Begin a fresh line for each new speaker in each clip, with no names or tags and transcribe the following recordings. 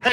Hey,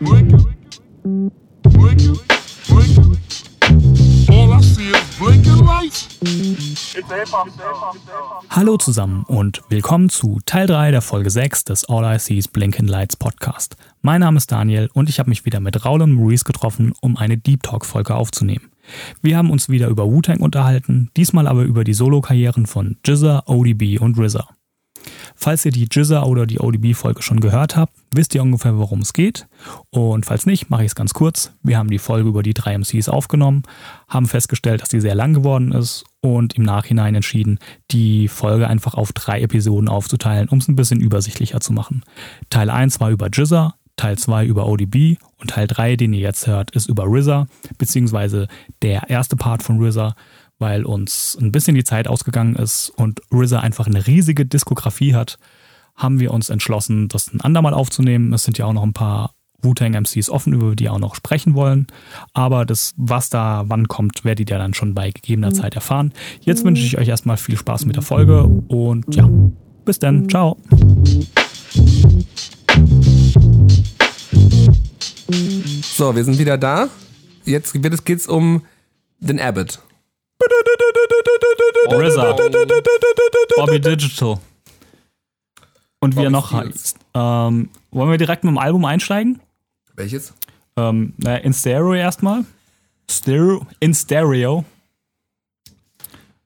blinking, blinking, blinking. All I see is blinking lights. It's a hip hop song.
Hallo zusammen und willkommen zu Teil 3 der Folge 6 des All I See's Blinkin' Lights Podcast. Mein Name ist Daniel und ich habe mich wieder mit Raul und Maurice getroffen, um eine Deep Talk-Folge aufzunehmen. Wir haben uns wieder über Wu-Tang unterhalten, diesmal aber über die Solo-Karrieren von Jizza, ODB und RZA. Falls ihr die Jizza oder die ODB-Folge schon gehört habt, wisst ihr ungefähr, worum es geht. Und falls nicht, mache ich es ganz kurz. Wir haben die Folge über die drei MCs aufgenommen, haben festgestellt, dass die sehr lang geworden ist und im Nachhinein entschieden, die Folge einfach auf drei Episoden aufzuteilen, um es ein bisschen übersichtlicher zu machen. Teil 1 war über Jizza, Teil 2 über ODB und Teil 3, den ihr jetzt hört, ist über RZA, beziehungsweise der erste Part von RZA, weil uns ein bisschen die Zeit ausgegangen ist und RZA einfach eine riesige Diskografie hat, haben wir uns entschlossen, das ein andermal aufzunehmen. Es sind ja auch noch ein paar Wu-Tang-MCs offen, über die wir auch noch sprechen wollen. Aber das, was da wann kommt, werdet ihr dann schon bei gegebener Zeit erfahren. Jetzt wünsche ich euch erstmal viel Spaß mit der Folge und ja, bis dann. Ciao.
So, wir sind wieder da. Jetzt wird es geht's um den Abbott.
RZA, Bobby Digital. Und wie
Bobby
er noch
Steals.
heißt. Ähm, wollen wir direkt mit dem Album einsteigen?
Welches?
Ähm, naja, in Stereo erstmal. Stereo, in Stereo.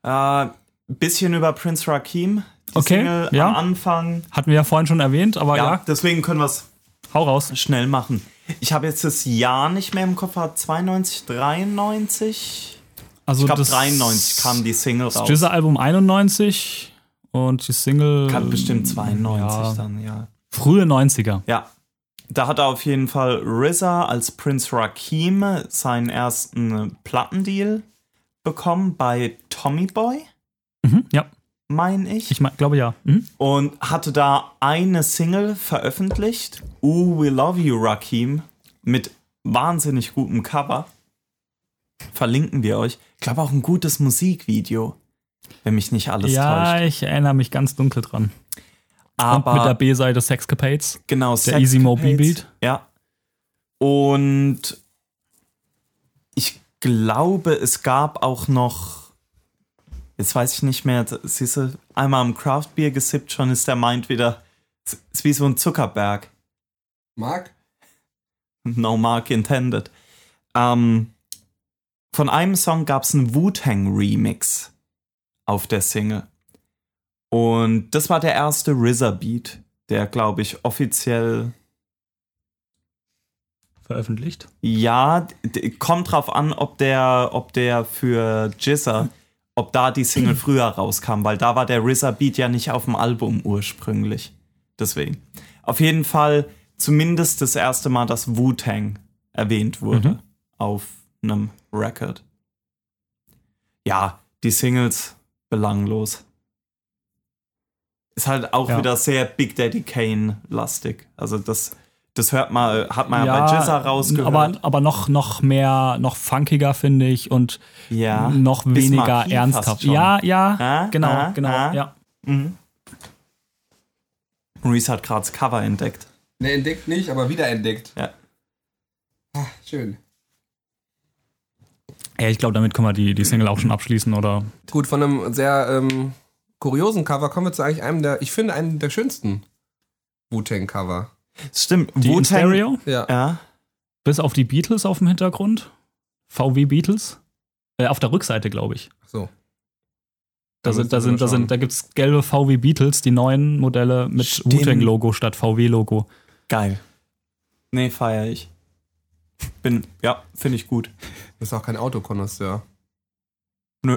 Äh, bisschen über Prince Rakim. Die
Okay,
Single
ja.
am Anfang.
Hatten wir ja vorhin schon erwähnt, aber ja,
Ja, deswegen können wir es
hau raus.
schnell machen. Ich habe jetzt das Jahr nicht mehr im Kopf, war 92, 93?
Also
Ich glaube,
das
93 kam die Single raus.
Jizza Album 91 und die Single
Kann bestimmt 92
ja.
dann, ja.
frühe 90er.
Ja. Da hat er auf jeden Fall RZA als Prince Rakim seinen ersten Plattendeal bekommen bei Tommy Boy,
Mhm, ja,
meine ich.
ich mein, glaube ja. Mhm.
und hatte da eine Single veröffentlicht, Ooh We Love You Rakim, mit wahnsinnig gutem Cover. Verlinken wir euch. Ich glaube auch ein gutes Musikvideo, wenn mich nicht alles
Ja,
täuscht.
ich erinnere mich ganz dunkel dran.
Aber
und mit der B-Seite Sexcapades.
genau,
der Easy Mo
Sexcapades.
B-Beat.
Ja. Und ich glaube, es gab auch noch, jetzt weiß ich nicht mehr, siehst du, einmal am Craft Beer gesippt, schon ist der Mind wieder, ist wie so ein Zuckerberg.
Mark?
No mark intended. Ähm, von einem Song gab es einen Wu-Tang-Remix auf der Single. Und das war der erste RZA-Beat, der, glaube ich, offiziell,
Veröffentlicht.
ja, d- kommt drauf an, ob der, ob der für Jizza, ob da die Single früher rauskam, weil da war der RZA-Beat ja nicht auf dem Album ursprünglich. Deswegen. Auf jeden Fall zumindest das erste Mal, dass Wu-Tang erwähnt wurde
Mhm.
auf einem Record. Ja, die Singles belanglos. Ist halt auch
Ja.
wieder sehr Big Daddy Kane lastig. Also das, das hört man, hat man ja, bei Jizza rausgehört.
Aber, aber noch, noch mehr, noch funkiger, finde ich, und
ja.
noch
Bis
weniger
Marquis
ernsthaft.
fast schon.
Ja, ja,
Ah,
genau,
ah,
genau,
ah.
ja.
Mhm. Maurice hat gerade das Cover entdeckt.
Ne, entdeckt nicht, aber wiederentdeckt.
Ja.
Ah, schön.
Ja, ich glaube, damit können wir die, die Single auch schon abschließen, oder?
Gut, von einem sehr ähm, kuriosen Cover kommen wir zu eigentlich einem der, ich finde, einem der schönsten Wu-Tang-Cover.
Stimmt,
Die in
Wu-Tang.
Stereo?
Ja.
Ja,
Bis auf die Beatles auf dem Hintergrund. VW Beatles. Äh, auf der Rückseite, glaube ich.
So.
Da,
Da
sind, da,
müssen wir
sind, da,
schauen.
sind, da gibt es gelbe VW Beatles, die neuen Modelle mit
Stimmt.
Wu-Tang-Logo statt VW-Logo.
geil. Nee, feier ich. Bin, ja, finde ich gut.
Ist auch kein Autokonnoisseur.
Nö.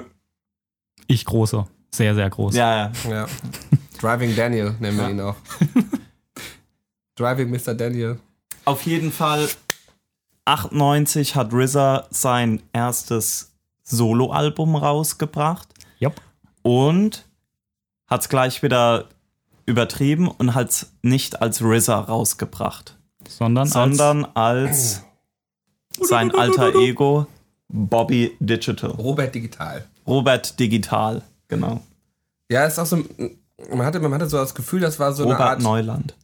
Ich große. Sehr, sehr groß.
Ja, ja.
Ja. Driving Daniel nennen wir ihn auch. Driving Mr. Daniel.
Auf jeden Fall, 98 hat RZA sein erstes Soloalbum rausgebracht
Yep.
und hat es gleich wieder übertrieben und halt nicht als RZA rausgebracht,
Sondern, als,
sondern als sein alter Ego Bobby Digital.
Robert Digital.
Robert Digital, genau.
Ja, ist auch so. Man hatte, man hatte so das Gefühl, das war so eine
Robert
Art,
Neuland.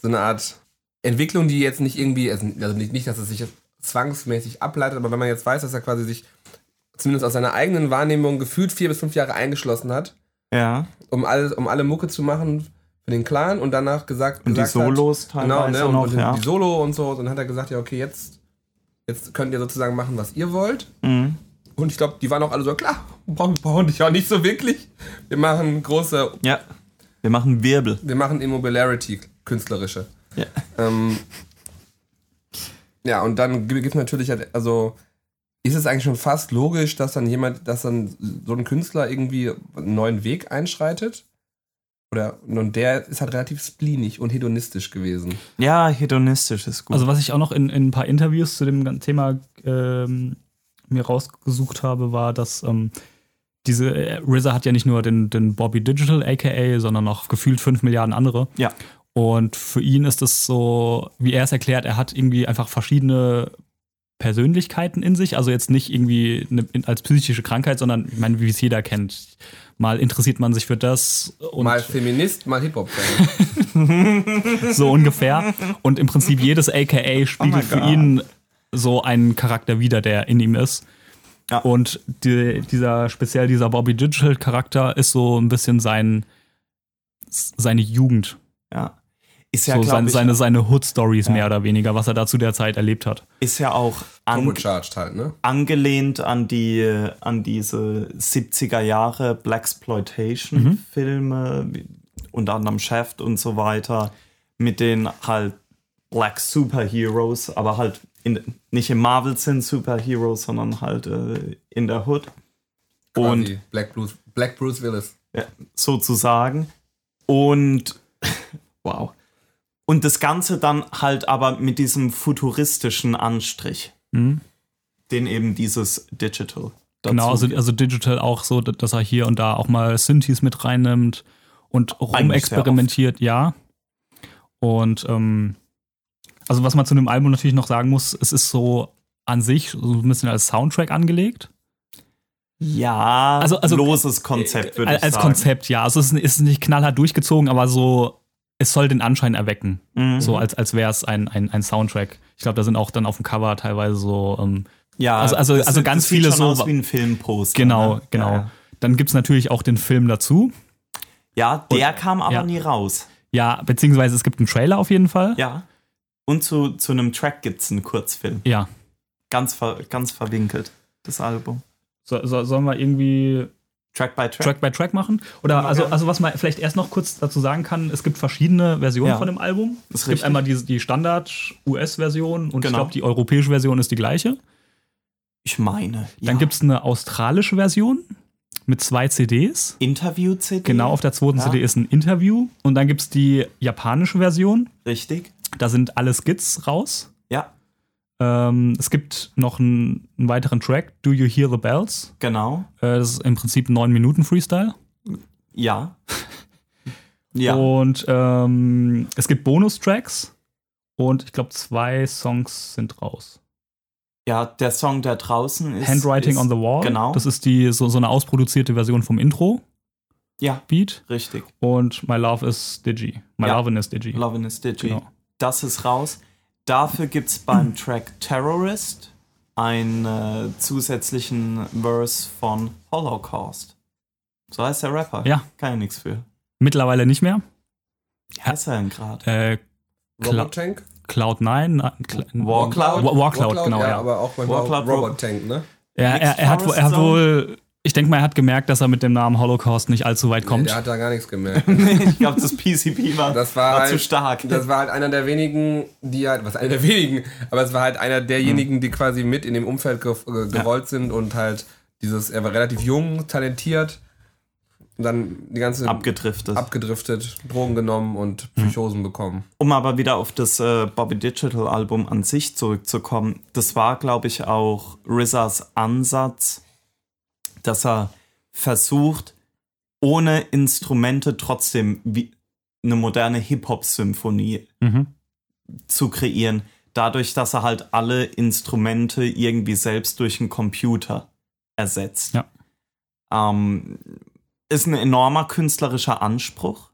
so eine Art Entwicklung, die jetzt nicht irgendwie, also nicht, nicht, dass es sich zwangsmäßig ableitet, aber wenn man jetzt weiß, dass er quasi sich zumindest aus seiner eigenen Wahrnehmung gefühlt vier bis fünf Jahre eingeschlossen hat,
Ja.
um alle, um alle Mucke zu machen für den Clan und danach gesagt,
Und die
gesagt
Solos
hat,
teilweise
genau, ne, und,
noch,
und
ja.
die Solo und so, und dann hat er gesagt, ja okay, jetzt, jetzt könnt ihr sozusagen machen, was ihr wollt.
Mhm.
Und ich glaube, die waren auch alle so, klar, brauchen, brauchen dich auch nicht so wirklich. Wir machen große,
Ja. Wir machen Wirbel.
wir machen Immobility, künstlerische.
Ja.
Ähm, ja, und dann gibt es natürlich, halt- also ist es eigentlich schon fast logisch, dass dann jemand, dass dann so ein Künstler irgendwie einen neuen Weg einschreitet? Oder, und der ist halt relativ spleenig und hedonistisch gewesen.
Ja, hedonistisch ist gut.
also was ich auch noch in, in ein paar Interviews zu dem ganzen Thema ähm, mir rausgesucht habe, war, dass ähm, diese äh, RZA hat ja nicht nur den, den Bobby Digital aka, sondern auch gefühlt 5 Milliarden andere.
ja.
Und für ihn ist es so, wie er es erklärt, er hat irgendwie einfach verschiedene Persönlichkeiten in sich. Also jetzt nicht irgendwie eine, in- als psychische Krankheit, sondern ich meine, wie es jeder kennt. Mal interessiert man sich für das und
mal Feminist, mal Hip-Hop-Fan.
so ungefähr. Und im Prinzip jedes AKA spiegelt für
God.
ihn so einen Charakter wider, der in ihm ist.
Ja.
Und die, dieser, speziell dieser Bobby Digital-Charakter ist so ein bisschen sein, seine Jugend.
Ja. Ist ja,
so
glaub
seine,
ich,
seine, seine Hood-Stories mehr oder weniger, was er da zu der Zeit erlebt hat.
ist ja auch an,
Turbocharged halt, ne?
angelehnt an die äh, an diese 70er Jahre Blaxploitation Filme wie- unter anderem Shaft und so weiter mit den halt Black Superheroes, aber halt in, nicht im Marvel Sinn Superheroes, sondern halt äh, in der Hood und
Quasi Black Bruce, Black Bruce Willis.
ja, sozusagen und wow und das Ganze dann halt aber mit diesem futuristischen Anstrich, den eben dieses Digital dazu
Hm? Genau, also, also digital auch so, d- dass er hier und da auch mal Synthes mit reinnimmt und rumexperimentiert, ja. Und ähm, also was man zu dem Album natürlich noch sagen muss, es ist so an sich so ein bisschen als Soundtrack angelegt.
Ja,
Also- also-
loses Konzept, würde ich
Äh, als
sagen.
Konzept, ja. Also es ist, ist nicht knallhart durchgezogen, aber so, es soll den Anschein erwecken.
Mhm.
So als, als wäre es ein, ein, ein Soundtrack. Ich glaube, da sind auch dann auf dem Cover teilweise so ähm,
Ja,
Also- also- also ganz
sieht
viele
schon
so-
aus wie ein Filmposter.
Genau,
ne?
genau.
Ja, ja.
Dann gibt es natürlich auch den Film dazu.
ja der kam aber
ja.
nie raus.
Ja, beziehungsweise es gibt einen Trailer auf jeden Fall.
Ja. Und zu, zu einem Track gibt es einen Kurzfilm.
Ja.
Ganz, ver, ganz verwinkelt, das Album.
So, so, sollen wir irgendwie
Track by Track.
Track by Track machen? Oder
Genau,
also, also was man vielleicht erst noch kurz dazu sagen kann, es gibt verschiedene Versionen
Ja.
von dem Album.
Ist
es gibt
richtig.
einmal die, die Standard-US-Version und ich
Genau.
glaube, die europäische Version ist die gleiche.
Ich meine. Ja.
Dann gibt es eine australische Version mit zwei CDs.
Interview-CD.
Genau, auf der zweiten
Ja.
CD ist ein Interview. Und dann gibt es die japanische Version.
Richtig.
Da sind alle Skits raus.
Ja,
Ähm, es gibt noch einen, einen weiteren Track, Do You Hear the Bells?
genau.
Äh, das ist im Prinzip 9 Minuten Freestyle.
Ja. ja.
Und ähm, es gibt Bonustracks und ich glaube, zwei Songs sind raus.
Ja, der Song, der draußen ist.
Handwriting
ist,
on the Wall.
Genau.
Das ist die so, so eine ausproduzierte Version vom Intro-Beat.
ja, richtig.
Und My Love is Digi. My
Ja.
Love is Digi.
Love is Digi.
Genau.
Das ist raus. Dafür gibt es beim Track Terrorist einen äh, zusätzlichen Verse von Holocaust. So heißt der Rapper.
Ja.
Kann ja nichts für.
Mittlerweile nicht mehr.
Wie heißt er denn gerade?
Äh, Klar.
Robot Tank?
Cloud9. na, Cl-
Warcloud?
Wa- Warcloud, genau, ja.
Aber auch beim
Warcloud,
Robot Tank, ne?
Ja,
Mixed
er, er, hat, wohl- er hat
Forest
wohl, ich denke mal, er hat gemerkt, dass er mit dem Namen Holocaust nicht allzu weit kommt.
Der hat da gar nichts gemerkt.
ich glaube, das PCP war,
Das war, halt,
zu stark.
Das war halt einer der wenigen, die halt, was einer der wenigen, aber es war halt einer
Hm.
derjenigen, die quasi mit in dem Umfeld ge ge gewollt sind und halt dieses, er war relativ jung, talentiert und dann die ganze
Abgedriftet.
abgedriftet, Drogen genommen und
Hm.
Psychosen bekommen.
um aber wieder auf das äh, Bobby Digital Album an sich zurückzukommen, das war, glaube ich, auch RZAs Ansatz, dass er versucht, ohne Instrumente trotzdem wie eine moderne Hip-Hop-Symphonie
Mhm.
zu kreieren, dadurch, dass er halt alle Instrumente irgendwie selbst durch einen Computer ersetzt.
Ja.
Ähm, ist ein enormer künstlerischer Anspruch.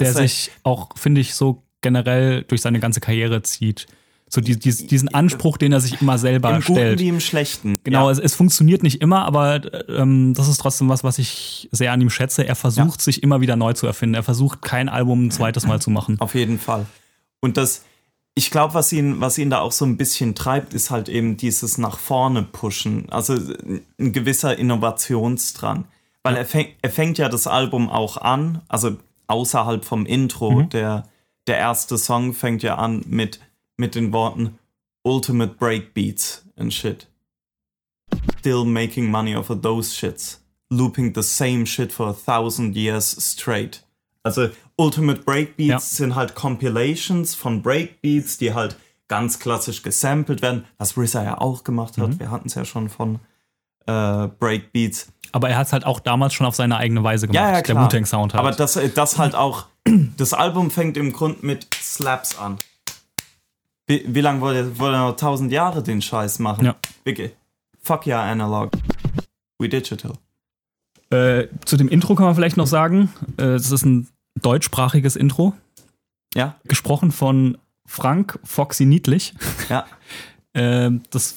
Der
Das heißt-
sich auch, finde ich, so generell durch seine ganze Karriere zieht. So die, dies- diesen Anspruch, den er sich immer selber
Im Guten
stellt.
wie im Schlechten.
Genau,
Ja.
es, es funktioniert nicht immer, aber äh, ähm, das ist trotzdem was, was ich sehr an ihm schätze. Er versucht, sich immer wieder neu zu erfinden. Er versucht, kein Album ein zweites Mal zu machen.
Auf jeden Fall. Und das, ich glaube, was ihn, was ihn da auch so ein bisschen treibt, ist halt eben dieses nach vorne pushen. Also ein gewisser Innovationsdrang. Weil er, fäng, er fängt ja das Album auch an, also außerhalb vom Intro, der, der erste Song fängt ja an mit, mit den Worten Ultimate Breakbeats and shit. Still making money off of those shits. Looping the same shit for a thousand years straight. Also Ultimate Breakbeats
Ja.
sind halt Compilations von Breakbeats, die halt ganz klassisch gesampelt werden, was RZA ja auch gemacht
Mhm.
hat. Wir hatten es ja schon von äh, Breakbeats.
Aber er hat es halt auch damals schon auf seine eigene Weise gemacht.
Ja, ja, klar.
Der Wu-Tang-Sound halt.
Aber das, äh, das halt auch, das Album fängt im Grund mit Slaps an. Wie, wie lange wollt ihr, wollt ihr noch tausend Jahre den Scheiß machen?
Ja.
Wirklich. Fuck yeah, analog. We digital.
Äh, zu dem Intro kann man vielleicht noch sagen, äh, es ist ein deutschsprachiges Intro,
Ja,
gesprochen von Frank Foxy Niedlich.
ja.
Äh, das,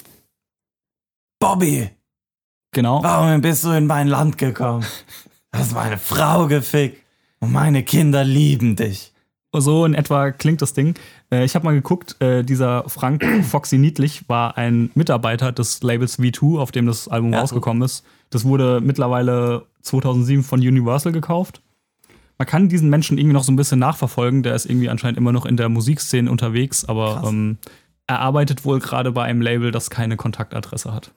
Bobby,
genau.
warum bist du in mein Land gekommen? Hast meine Frau gefickt und meine Kinder lieben dich.
So in etwa klingt das Ding. Äh, ich habe mal geguckt, äh, dieser Frank Foxy Niedlich war ein Mitarbeiter des Labels V2, auf dem das Album
Ja.
rausgekommen ist. Das wurde mittlerweile 2007 von Universal gekauft. Man kann diesen Menschen irgendwie noch so ein bisschen nachverfolgen. Der ist irgendwie anscheinend immer noch in der Musikszene unterwegs, aber
Krass.
ähm, er arbeitet wohl gerade bei einem Label, das keine Kontaktadresse hat.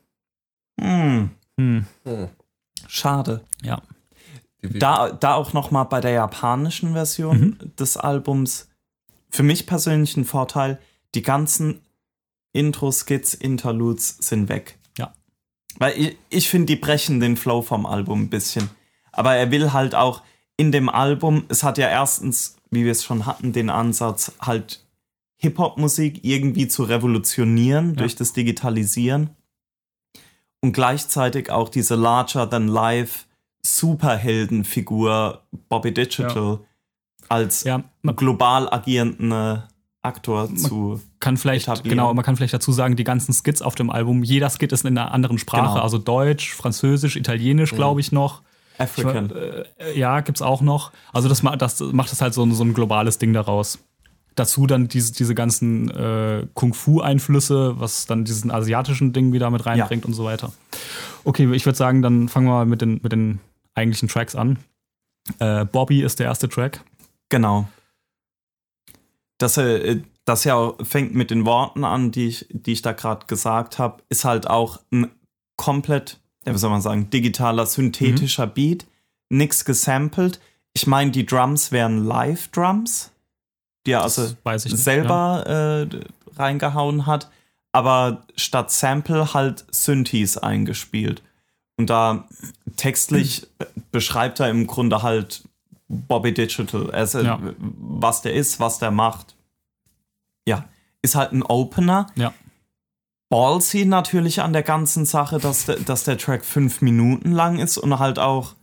Hm,
Hm.
schade.
Ja. Mhm.
da, da auch noch mal bei der japanischen Version des Albums für mich persönlich ein Vorteil, die ganzen Intro-Skits, Interludes sind weg.
Ja.
Weil ich, ich finde, die brechen den Flow vom Album ein bisschen. Aber er will halt auch in dem Album, es hat ja erstens, wie wir es schon hatten, den Ansatz, halt Hip-Hop-Musik irgendwie zu revolutionieren durch das Digitalisieren und gleichzeitig auch diese larger than life Superheldenfigur Bobby Digital als
Ja, man-
global agierenden äh, Aktor zu.
kann vielleicht,
etablieren.
genau, man kann vielleicht dazu sagen, die ganzen Skits auf dem Album, jeder Skit ist in einer anderen Sprache,
Genau. Mhm.
also Deutsch, Französisch, Italienisch, glaube ich noch.
African.
Äh, Ja, gibt's auch noch. Also das, ma- das macht das halt so ein, so ein globales Ding daraus. Dazu dann diese, diese ganzen äh, Kung-Fu-Einflüsse, was dann diesen asiatischen Ding wieder mit reinbringt und so weiter. Okay, ich würde sagen, dann fangen wir mal mit den, mit den eigentlichen Tracks an. Äh, Bobby ist der erste Track.
Genau. Dass er, äh, das ja auch fängt mit den Worten an, die ich, die ich da gerade gesagt habe, ist halt auch ein komplett, ja, wie soll man sagen, digitaler, synthetischer
Mhm.
Beat. Nix gesampelt. Ich meine, die Drums wären Live-Drums, die er also
weiß ich nicht,
selber äh, reingehauen hat, aber statt Sample halt Synthes eingespielt. Und da textlich beschreibt er im Grunde halt Bobby Digital, also,
Ja.
was der ist, was der macht. Ja, ist halt ein Opener.
Ja.
Ballsy natürlich an der ganzen Sache, dass, der- dass der Track fünf Minuten lang ist und halt auch,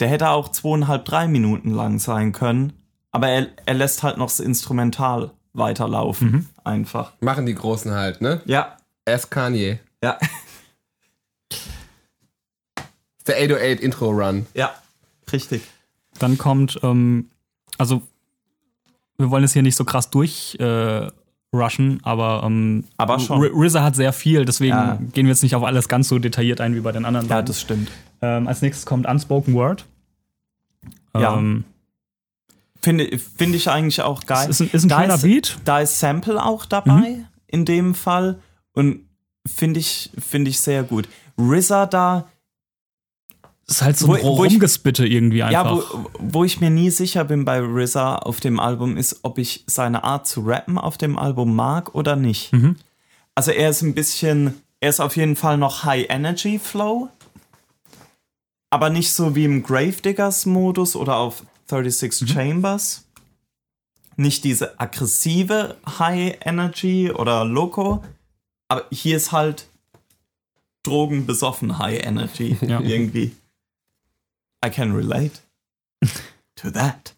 der hätte auch zweieinhalb, drei Minuten lang sein können. Aber er, er lässt halt noch das Instrumental weiterlaufen.
Mhm.
Einfach.
Machen die Großen halt, ne?
Ja,
Erst Kanye.
ja,
Der 808 Intro Run.
ja. Richtig.
Dann kommt, ähm, also wir wollen es hier nicht so krass durchrushen, äh, rushen, aber, ähm,
Aber schon.
R- RZA hat sehr viel, deswegen
Ja.
gehen wir jetzt nicht auf alles ganz so detailliert ein wie bei den anderen.
Ja,
beiden.
das stimmt.
ähm, als nächstes kommt Unspoken Word.
Ja.
Ähm,
Finde, finde ich eigentlich auch geil.
es ist ein, ist ein
Da
schöner
ist-
Beat. Mhm.
Da ist Sample auch dabei, in dem Fall. Und finde ich, finde ich sehr gut. RZA da,
Ist halt so
Wo-
ein
wo ich-
Rumgespitte irgendwie einfach.
Ja, wo, wo ich mir nie sicher bin bei RZA auf dem Album ist, ob ich seine Art zu rappen auf dem Album mag oder nicht.
Mhm.
Also er ist ein bisschen, er ist auf jeden Fall noch High Energy Flow, aber nicht so wie im Gravediggers-Modus oder auf 36
Mhm.
Chambers. Nicht diese aggressive High Energy oder Loco, aber hier ist halt drogenbesoffen High Energy
Ja.
irgendwie. I can relate to that.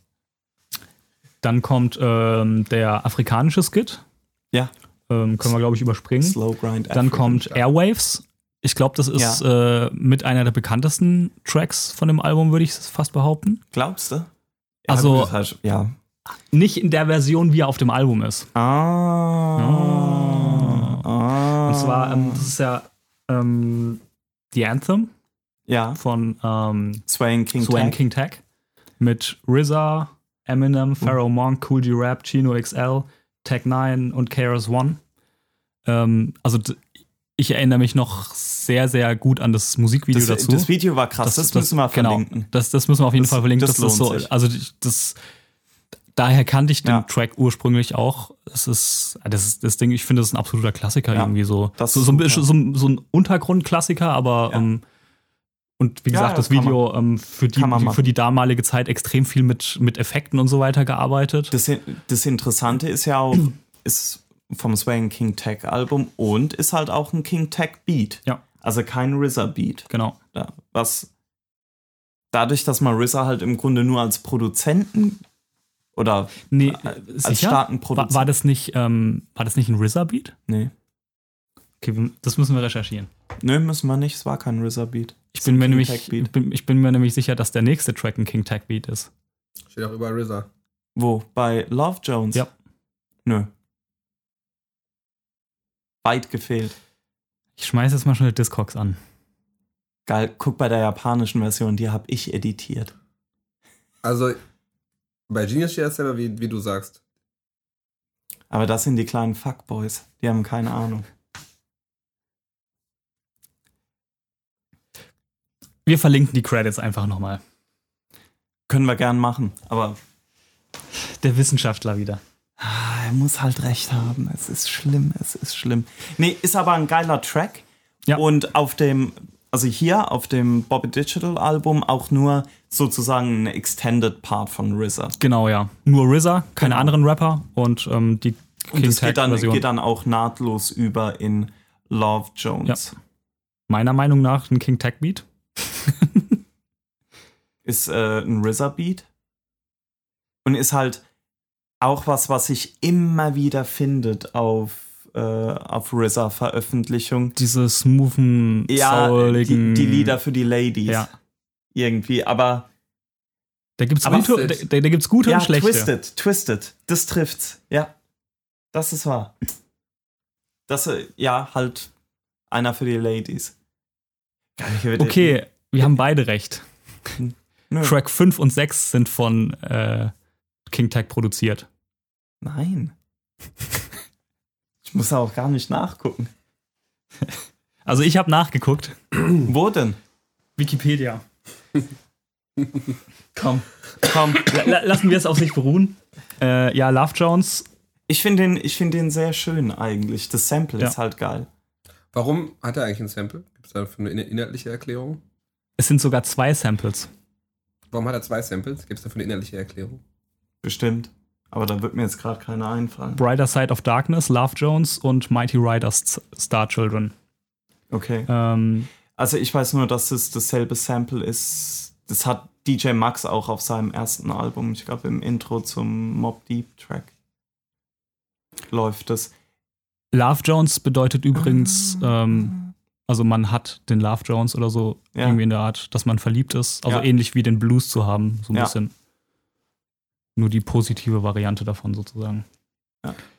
Dann kommt ähm, der afrikanische Skit.
Ja,
Ähm, können wir, glaube ich, überspringen.
Slow Grind.
Dann kommt Airwaves. Ich glaube, das ist äh, mit einer der bekanntesten Tracks von dem Album, würde ich fast behaupten.
Glaubst du? Ja,
Also-
gut, das heißt- ja.
Nicht in der Version, wie er auf dem Album ist.
Ah. ah.
Und zwar, ähm, das ist ja ähm, The Anthem
ja,
von ähm,
Swain King.
Swain
Tag.
King Tag mit RZA,
Mhm.
Eminem, Pharaoh Monk, Cool G Rap, Chino XL, Tech 9 und KRS One. Ähm, also d- ich erinnere mich noch sehr, sehr gut an das Musikvideo
Das, äh,
dazu.
das Video war krass, das, müssen wir
genau,
verlinken.
Das, das müssen wir auf jeden
Das-
Fall verlinken.
das
Das, ist
lohnt
so,
sich.
also die- das, daher kannte ich den
Ja.
Track ursprünglich auch. Das ist, das ist das Ding, ich finde, das ist ein absoluter Klassiker
Ja,
irgendwie so.
das
so,
ist
so, ein,
super.
bisschen- so, ein- so ein Untergrundklassiker, aber
Ja.
ähm, und wie
Ja,
gesagt, das,
das kann
Video ähm, für, die,
Kann man machen.
für die damalige Zeit extrem viel mit, mit Effekten und so weiter gearbeitet.
Das, das Interessante ist ja auch, ist vom Swain King Tech Album und ist halt auch ein King Tech Beat.
Ja.
Also kein RZA Beat.
genau.
Ja, was dadurch, dass man RZA halt im Grunde nur als Produzenten oder
Nee,
Äh, als
sicher?
starken
War,
Produzenten.
war, das nicht, ähm, war das nicht ein RZA-Beat?
nee.
Okay, wir- das müssen wir recherchieren.
Nö, müssen wir nicht, es war kein RZA Beat.
Ich bin, mir
King
nämlich,
Tech Beat.
bin, ich bin mir nämlich sicher, dass der nächste Track ein King Tag Beat ist.
Steht auch über RZA.
Wo? Bei Love Jones?
Ja.
Nö. Weit gefehlt.
Ich schmeiß jetzt mal schnell Discogs an.
Geil, guck bei der japanischen Version, die habe ich editiert.
Also, bei Genius steht das selber, wie, wie du sagst.
Aber das sind die kleinen Fuckboys. Die haben keine Ahnung.
Wir verlinken die Credits einfach nochmal.
Können wir gern machen. Aber
Der Wissenschaftler wieder.
ah, er muss halt recht haben. Es ist schlimm, es ist schlimm. Nee, ist aber ein geiler Track.
Ja.
Und auf dem, also hier auf dem Bobby Digital Album auch nur sozusagen ein Extended Part von RZA.
Genau, ja. Nur RZA, keine anderen Rapper und ähm, die
Genau. Und
King
es
Tag
geht dann,
Version.
geht dann auch nahtlos über in Love Jones.
Meiner Meinung nach ein King Tag Beat.
Ist äh, ein RZA-Beat. Und ist halt auch was, was sich immer wieder findet auf, äh, auf RZA-Veröffentlichung.
Diese smoothen,
Ja,
souligen.
die, die Lieder für die Ladies.
Ja. Irgendwie,
Aber
da gibt's
Aber
gute, da,
Twisted.
da da gibt's gute
ja,
und schlechte.
Twisted, Twisted. Das trifft's. Ja. Das ist wahr. Das, äh, ja, halt einer für die Ladies. Geil, hier wird-
Okay, wir haben beide recht.
Nö.
Track 5 und 6 sind von äh, King Tag produziert.
Nein. Ich muss auch gar nicht nachgucken.
Also ich habe nachgeguckt.
Wo denn?
Wikipedia. Komm.
Komm.
La lassen wir es auf sich beruhen. Äh, ja, Love Jones.
Ich finde den, ich find den sehr schön eigentlich. Das Sample
Ja.
ist halt geil.
Warum hat er eigentlich ein Sample? Gibt es da für eine in- inhaltliche Erklärung?
Es sind sogar zwei Samples.
Warum hat er zwei Samples? Gibt es dafür eine inhaltliche Erklärung?
Bestimmt. Aber da wird mir jetzt gerade keine einfallen.
Brighter Side of Darkness, Love Jones und Mighty Riders Star Children.
Okay.
Ähm,
Also ich weiß nur, dass es dasselbe Sample ist. Das hat DJ Max auch auf seinem ersten Album, ich glaube im Intro zum Mob Deep Track läuft das.
Love Jones bedeutet übrigens, ähm, also man hat den Love Jones oder so
Ja.
irgendwie in der Art, dass man verliebt ist. Also
Ja.
ähnlich wie den Blues zu haben, so ein
Ja.
bisschen. Nur die positive Variante davon sozusagen.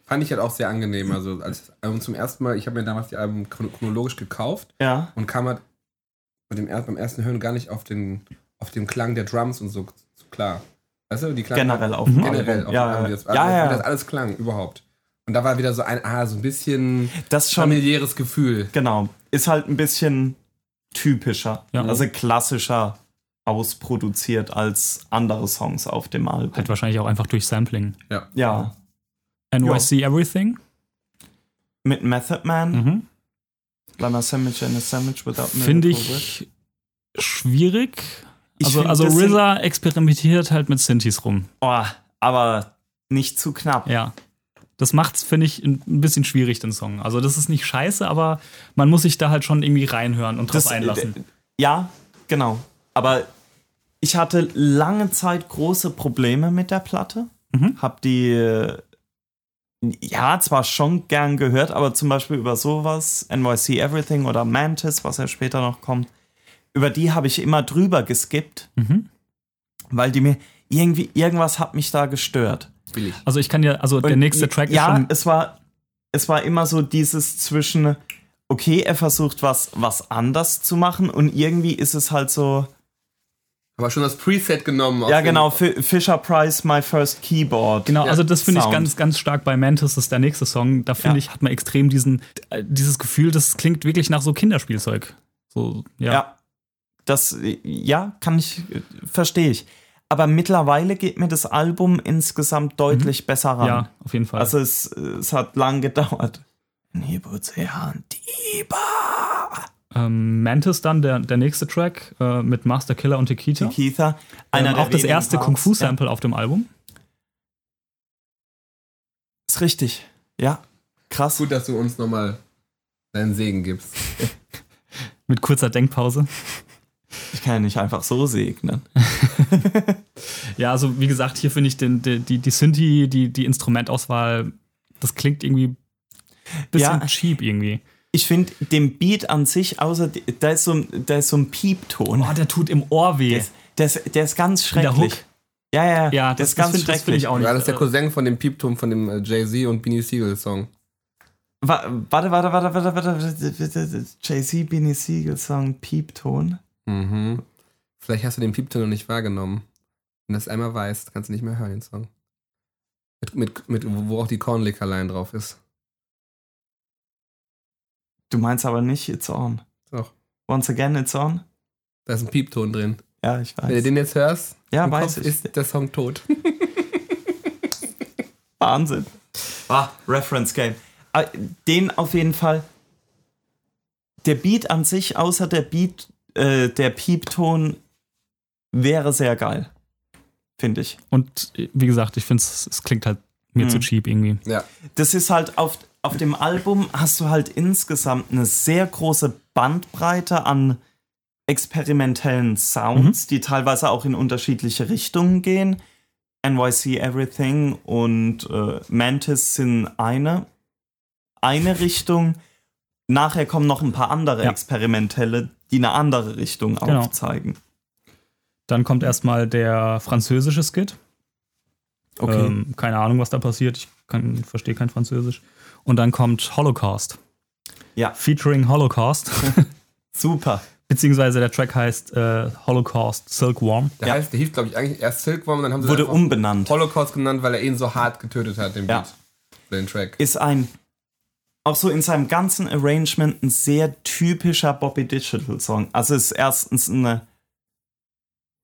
Fand ich halt auch sehr angenehm. Also, als das Album zum ersten Mal, ich habe mir damals die Alben chron- chronologisch gekauft
Ja,
und kam halt bei dem, er- beim ersten Hören gar nicht auf den, auf den Klang der Drums und so so klar. Weißt du, die Klang
generell auf dem
Mhm. generell
Album.
auf
Ja,
dem Album, wie
ja,
das, also,
ja,
wie das
ja.
alles klang überhaupt. Und da war wieder so ein, ah, so ein bisschen
Das ist schon
familiäres Gefühl.
Genau. Ist halt ein bisschen typischer,
Ja.
also klassischer ausproduziert als andere Songs auf dem Album.
Halt wahrscheinlich auch einfach durch Sampling.
Ja,
NYC Everything.
mit Method Man,
Mhm.
Lana Sandwich and a Sandwich without
Finde
Miracle Whip.
ich schwierig.
Ich
Also,
find,
also
das sind-
RZA experimentiert halt mit Synthes rum.
Oh, aber nicht zu knapp.
Ja. Das macht's, finde ich, ein ein bisschen schwierig, den Song. Also, das ist nicht scheiße, aber man muss sich da halt schon irgendwie reinhören und drauf
Das-
einlassen.
äh, Ja, genau. Aber ich hatte lange Zeit große Probleme mit der Platte. Hab die, äh, ja, zwar schon gern gehört, aber zum Beispiel über sowas, NYC Everything oder Mantis, was ja später noch kommt, über die habe ich immer drüber geskippt,
Mhm.
weil die mir irgendwie, irgendwas hat mich da gestört.
Billig.
Also, ich kann ja, also der
Und ne,
nächste Track
ja,
ist schon.
es war, es war immer so dieses zwischen, okay, er versucht was, was anders zu machen und irgendwie ist es halt so,
Aber schon das Preset genommen. aus
ja
dem-
genau, Fi- Fisher Price, My First Keyboard.
Genau, also das finde ich
Sound.
ganz, ganz stark bei Mantis, das ist der nächste Song. Da finde
Ja.
ich, hat man extrem diesen, äh, dieses Gefühl, das klingt wirklich nach so Kinderspielzeug. So, ja.
Ja. Das, äh, ja, kann ich, äh, verstehe ich. Aber mittlerweile geht mir das Album insgesamt deutlich besser ran.
Mhm. Ja, auf jeden Fall.
Also es, es hat lang gedauert. Nebutzehan, Diba.
ähm, Mantis dann, der, der nächste Track äh, mit Master Killer und Tequita.
Keitha, einer
Ähm,
der
auch das
wenigen
erste
Parts.
Kung Fu
Ja.
Sample auf dem Album.
Ist richtig. Ja. Krass.
Gut, dass du uns nochmal deinen Segen gibst.
Mit kurzer Denkpause.
Ich kann ja nicht einfach so segnen.
Ja, also wie gesagt, hier finde ich den, die, die, die Synthi, die, die Instrumentauswahl, das klingt irgendwie ein bisschen
Ja.
cheap irgendwie.
Ich finde den Beat an sich, außer die- da ist so, ein- da ist so ein Piepton.
Oh, der tut im Ohr weh.
Der, ist, der, ist, der ist ganz
der
schrecklich.
Hook.
Ja, ja, ja.
Ja,
das,
das,
ist
das
ganz
finde
schrecklich.
das find ich auch nicht.
Ja, das ist der
äh,
Cousin von dem Piepton von dem äh, Jay-Z und Beanie Siegel Song.
Wa- Warte, warte, warte, warte, warte. warte, warte. Jay-Z, Beanie Siegel Song, Piepton.
Mhm. Vielleicht hast du den Piepton noch nicht wahrgenommen. Wenn du das einmal weißt, kannst du nicht mehr hören, den Song. Mit, mit, mit, wo auch die Kornlicker-Line drauf ist.
Du meinst aber nicht It's On.
Doch.
Once again, It's On?
Da ist ein Piepton drin.
Ja, ich weiß.
Wenn
Äh,
du den jetzt hörst,
ja,
im
weiß
Kopf
ich.
ist der Song tot.
Wahnsinn. Ah, Reference Game. Ah, Den auf jeden Fall. Der Beat an sich, außer der Beat, äh, der Piepton, wäre sehr geil. Finde ich.
Und äh, wie gesagt, ich finde es, es klingt halt mir zu cheap irgendwie.
Ja.
Das ist halt auf, auf dem Album hast du halt insgesamt eine sehr große Bandbreite an experimentellen
Mhm.
Sounds, die teilweise auch in unterschiedliche Richtungen gehen. NYC Everything und äh, Mantis sind eine, eine Richtung. Nachher kommen noch ein paar andere
Ja.
experimentelle, die eine andere Richtung
Genau.
aufzeigen.
Dann kommt erstmal der französische Skit.
Okay.
Ähm, keine Ahnung, was da passiert. Ich kann- verstehe kein Französisch. Und dann kommt Holocaust.
Ja.
Featuring Holocaust.
Super.
Beziehungsweise der Track heißt äh, Holocaust Silkworm.
Der,
Ja.
heißt, der hieß, glaube ich, eigentlich erst Silkworm, dann haben sie
Wurde
einfach
umbenannt.
Holocaust genannt, weil er ihn so hart getötet hat, den
Ja.
Beat. Oder Den Track.
ist ein, auch so in seinem ganzen Arrangement, ein sehr typischer Bobby Digital Song. Also ist erstens eine,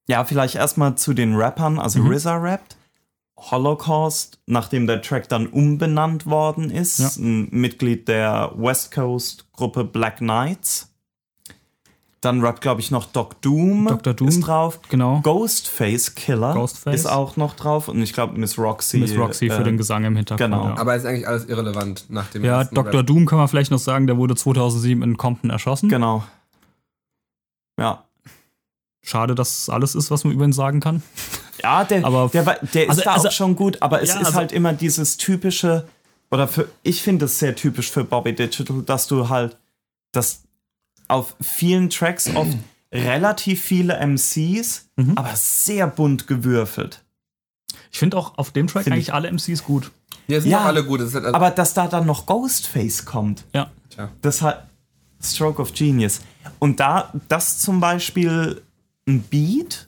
ja, vielleicht erstmal zu den Rappern, also
Mhm.
RZA rappt. Holocaust, nachdem der Track dann umbenannt worden ist,
Ja.
ein Mitglied der West Coast Gruppe Black Knights. Dann rappt, glaube ich, noch Doc Doom,
Dr. Doom,
ist drauf.
genau.
Ghostface Killer
Ghostface.
ist auch noch drauf. Und ich glaube, Miss Roxy.
Miss Roxy für
äh,
den Gesang im Hintergrund.
genau.
Ja,
Aber ist eigentlich alles irrelevant nach dem
ja
ersten
Dr.
Rap.
Doom kann man vielleicht noch sagen, der wurde 2007 in Compton erschossen.
Genau. Ja.
Schade, dass es alles ist, was man über ihn sagen kann.
Ja, der,
Aber-
der, war- der
also-
ist da
also-
auch schon gut, aber es
Ja,
ist
also-
halt immer dieses typische, oder für, ich finde es sehr typisch für Bobby Digital, dass du halt, dass auf vielen Tracks oft relativ viele MCs,
Mhm.
aber sehr bunt gewürfelt.
Ich finde auch auf dem Track
Find
eigentlich alle MCs gut.
Ja, sind
Ja.
doch alle gut. Das ist halt, also,
Aber dass da dann noch Ghostface kommt,
Ja.
das hat Stroke of Genius. Und da, das zum Beispiel ein Beat,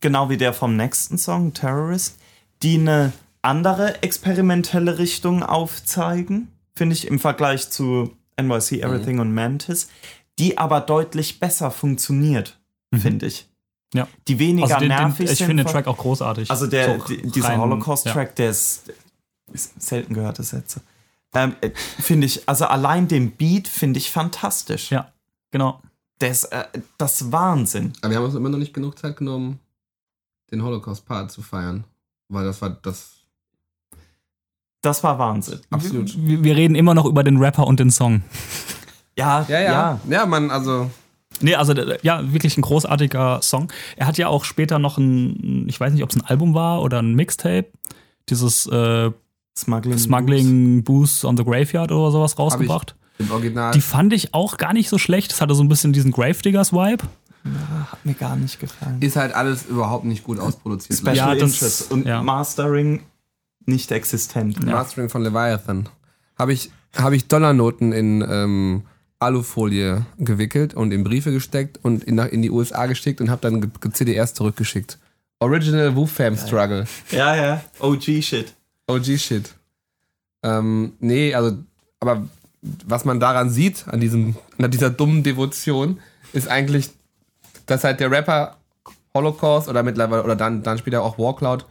genau wie der vom nächsten Song, Terrorist, die eine andere experimentelle Richtung aufzeigen, finde ich im Vergleich zu
Mhm.
NYC Everything und Mantis, die aber deutlich besser funktioniert, finde ich.
Mhm. Ja.
Die weniger
Also den, den,
nervig
ich
sind.
finde den
von-
Track auch großartig.
also der,
So
die- dieser
rein-
Holocaust-Track, der ist, ist selten gehörte Sätze. Ähm, äh, finde ich, also allein den Beat finde ich fantastisch.
Ja, ja genau.
Das, äh, das ist Wahnsinn.
Aber wir haben uns immer noch nicht genug Zeit genommen, den Holocaust-Part zu feiern. Weil das war das.
Das war Wahnsinn.
Absolut.
Wir, wir reden immer noch über den Rapper und den Song.
Ja,
Ja,
ja,
ja. Ja, man, also.
Nee, also d- ja, wirklich ein großartiger Song. Er hat ja auch später noch ein, ich weiß nicht, ob es ein Album war oder ein Mixtape, dieses äh,
Smuggling.
Smuggling Booze on the Graveyard oder sowas rausgebracht.
Im Original.
Die fand ich auch gar nicht so schlecht. Das hatte so ein bisschen diesen Gravediggers-Vibe.
Hat mir gar nicht gefallen.
ist halt alles überhaupt nicht gut ausproduziert.
Special
Ja, das-
Interest und
ja.
Mastering nicht existent.
Mastering von Leviathan. Habe ich, hab ich Dollarnoten in ähm, Alufolie gewickelt und in Briefe gesteckt und in, nach- in die USA geschickt und habe dann ge- ge- CDRs zurückgeschickt. Original Wu-Fam Struggle.
Ja, ja. OG-Shit.
OG Shit. Ähm, nee, also, aber was man daran sieht, an, diesem, an dieser dummen Devotion, ist eigentlich, dass halt der Rapper Holocaust oder mittlerweile oder dann, dann später auch Warcloud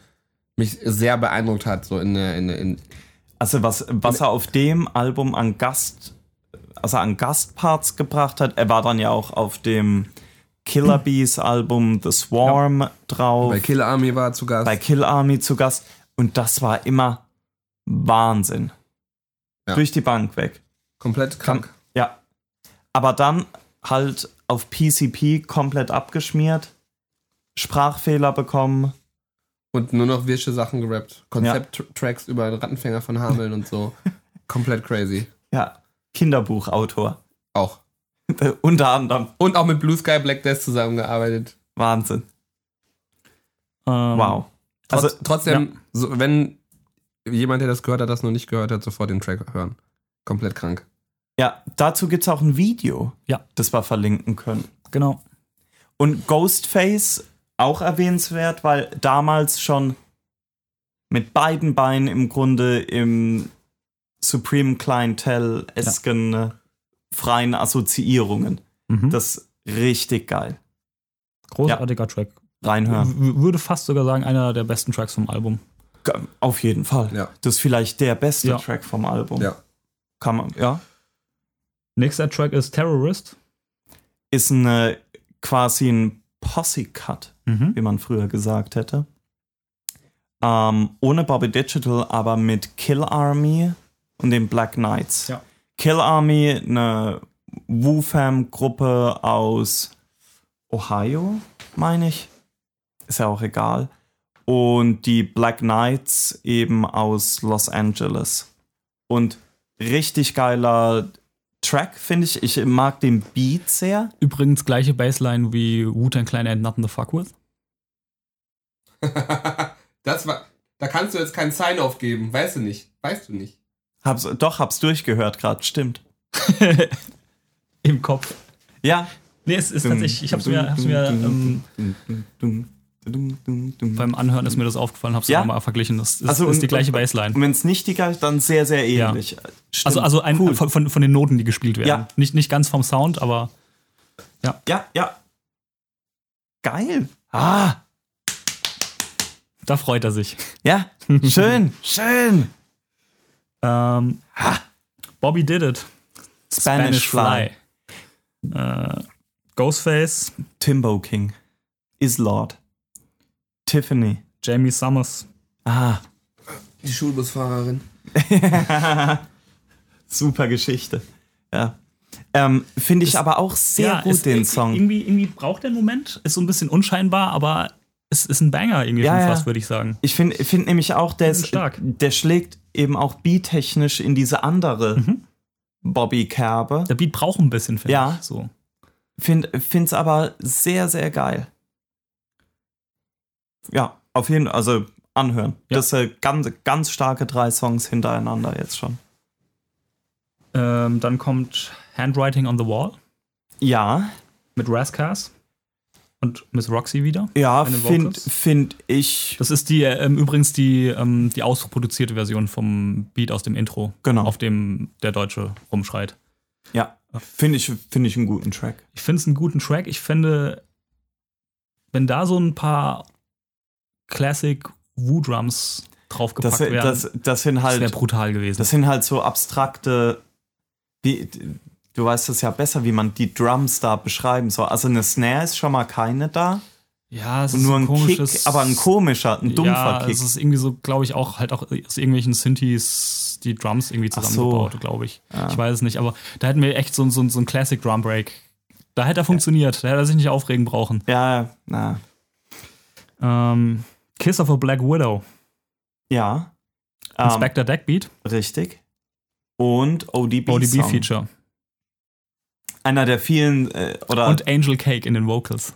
mich sehr beeindruckt hat, so in, der- in, der- in,
Also was, was er auf dem Album an Gast, also an Gastparts gebracht hat, er war dann ja auch auf dem Killer Bees Album The Swarm drauf,
bei
bei,
Killer Army war er zu Gast.
Kill Army zu Gast und das war immer Wahnsinn.
Ja.
Durch die Bank weg.
Komplett krank.
Ja. Aber dann halt auf PCP komplett abgeschmiert, Sprachfehler bekommen.
Und nur noch wirsche Sachen gerappt. Konzept-Tracks über den Rattenfänger von Hameln und so. Komplett crazy.
Ja, Kinderbuchautor.
Auch.
Unter anderem.
Und auch mit Blue Sky Black Death zusammengearbeitet.
Wahnsinn.
Ähm,
Wow.
Trotz,
Also,
trotzdem, so, wenn jemand, der das gehört hat, das noch nicht gehört hat, sofort den Track hören. Komplett krank.
ja, dazu gibt es auch ein Video,
Ja.
das wir verlinken können.
Genau.
Und Ghostface auch erwähnenswert, weil damals schon mit beiden Beinen im Grunde im Supreme Clientel-esken äh, freien Assoziierungen.
Mhm.
Das ist richtig geil.
Großartiger Track.
Reinhören.
W würde fast sogar sagen, einer der besten Tracks vom Album.
G- Auf jeden Fall.
Ja.
Das ist vielleicht der beste
Mhm. Ja.
Track vom Album.
Ja.
Kann man, ja.
Nächster Track ist Terrorist.
Ist eine, quasi ein Posse-Cut. wie man früher gesagt hätte. Ähm, ohne Bobby Digital, aber mit Kill Army und den Black Knights.
Ja.
Kill Army, eine Wu-Fam-Gruppe aus Ohio, meine ich. Ist ja auch egal. Und die Black Knights eben aus Los Angeles. Und richtig geiler Track, finde ich. Ich mag den Beat sehr.
Übrigens gleiche Bassline wie Wu-Tang Clan and Nothing the Fuck With.
das war. Da kannst du jetzt keinen Sign-Off geben, weißt du nicht. Weißt du nicht.
Hab's, doch, hab's durchgehört gerade, stimmt.
Im Kopf.
Ja,
Nee, es ist tatsächlich, Also ich hab's mir, hab's mir ähm,
Wenn
beim Anhören ist mir das aufgefallen, hab's
Ja?
nochmal verglichen. Das ist,
Also
ist die
und-
gleiche Bassline.
es nicht die gleiche, dann sehr, sehr
Ja.
ähnlich. Stimmt.
Also, also ein,
Cool.
von, von, von den Noten, die gespielt werden.
Ja.
Nicht, nicht ganz vom Sound, aber
Ja, ja. Geil. Ah,
da freut er sich.
ja. Schön, schön.
Ähm, Bobby did it.
Spanish, Fly.
Fly. Äh, Ghostface,
Timbo King. Is Lord. Tiffany.
Jamie Summers.
Ah.
Die Schulbusfahrerin.
Super Geschichte. Ja. Ähm, Finde ich aber auch sehr
Ja,
gut,
ist-
den
ir-
Song.
Irgendwie, irgendwie braucht der Moment, ist so ein bisschen unscheinbar, aber es ist ein Banger irgendwie
Ja,
schon
ja.
fast, würde ich sagen.
Ich finde find nämlich auch, der,
Die sind
ist,
stark.
der schlägt eben auch beattechnisch in diese andere
Mhm.
Bobby-Kerbe.
Der Beat braucht ein bisschen, finde
Ja.
ich. So.
Find, find's aber sehr, sehr geil. Ja, auf jeden Fall, also anhören.
Ja.
Das sind ganz, ganz starke drei Songs hintereinander jetzt schon.
Ähm, dann kommt Handwriting on the Wall
Ja,
mit Rascas und Miss Roxy wieder.
ja,
Eine
finde
Vocals?
find ich.
Das ist die ähm, übrigens die, ähm, die ausproduzierte Version vom Beat aus dem Intro,
Genau.
auf dem der Deutsche rumschreit.
Ja, finde ich, find ich einen guten Track.
Ich finde es einen guten Track. Ich finde, wenn da so ein paar Classic Woo Drums draufgepackt
Das,
werden,
das, das sind
das wäre
halt
brutal gewesen.
Das sind halt so abstrakte, wie, du weißt es ja besser, wie man die Drums da beschreiben soll. Also eine Snare ist schon mal keine da.
Ja, es
Und
ist
nur ein
komisches,
Kick, aber ein komischer, ein dumpfer
ja,
Kick.
es ist irgendwie so, glaube ich, auch halt auch aus irgendwelchen Synthes die Drums irgendwie
Ach so. Ah.
zusammengebaut, glaube ich. Ich weiß es nicht, aber da hätten wir echt so, ein- so, ein- so ein Classic Drum Break. Da hätte er funktioniert, da hätte er sich nicht aufregen brauchen.
Ja, na.
Ähm, Kiss of a Black Widow,
Ja. Ähm,
Inspector Deckbeat,
richtig. Und ODB. Song.
ODB-Feature
Einer der vielen, äh, oder
und Angel Cake in den Vocals.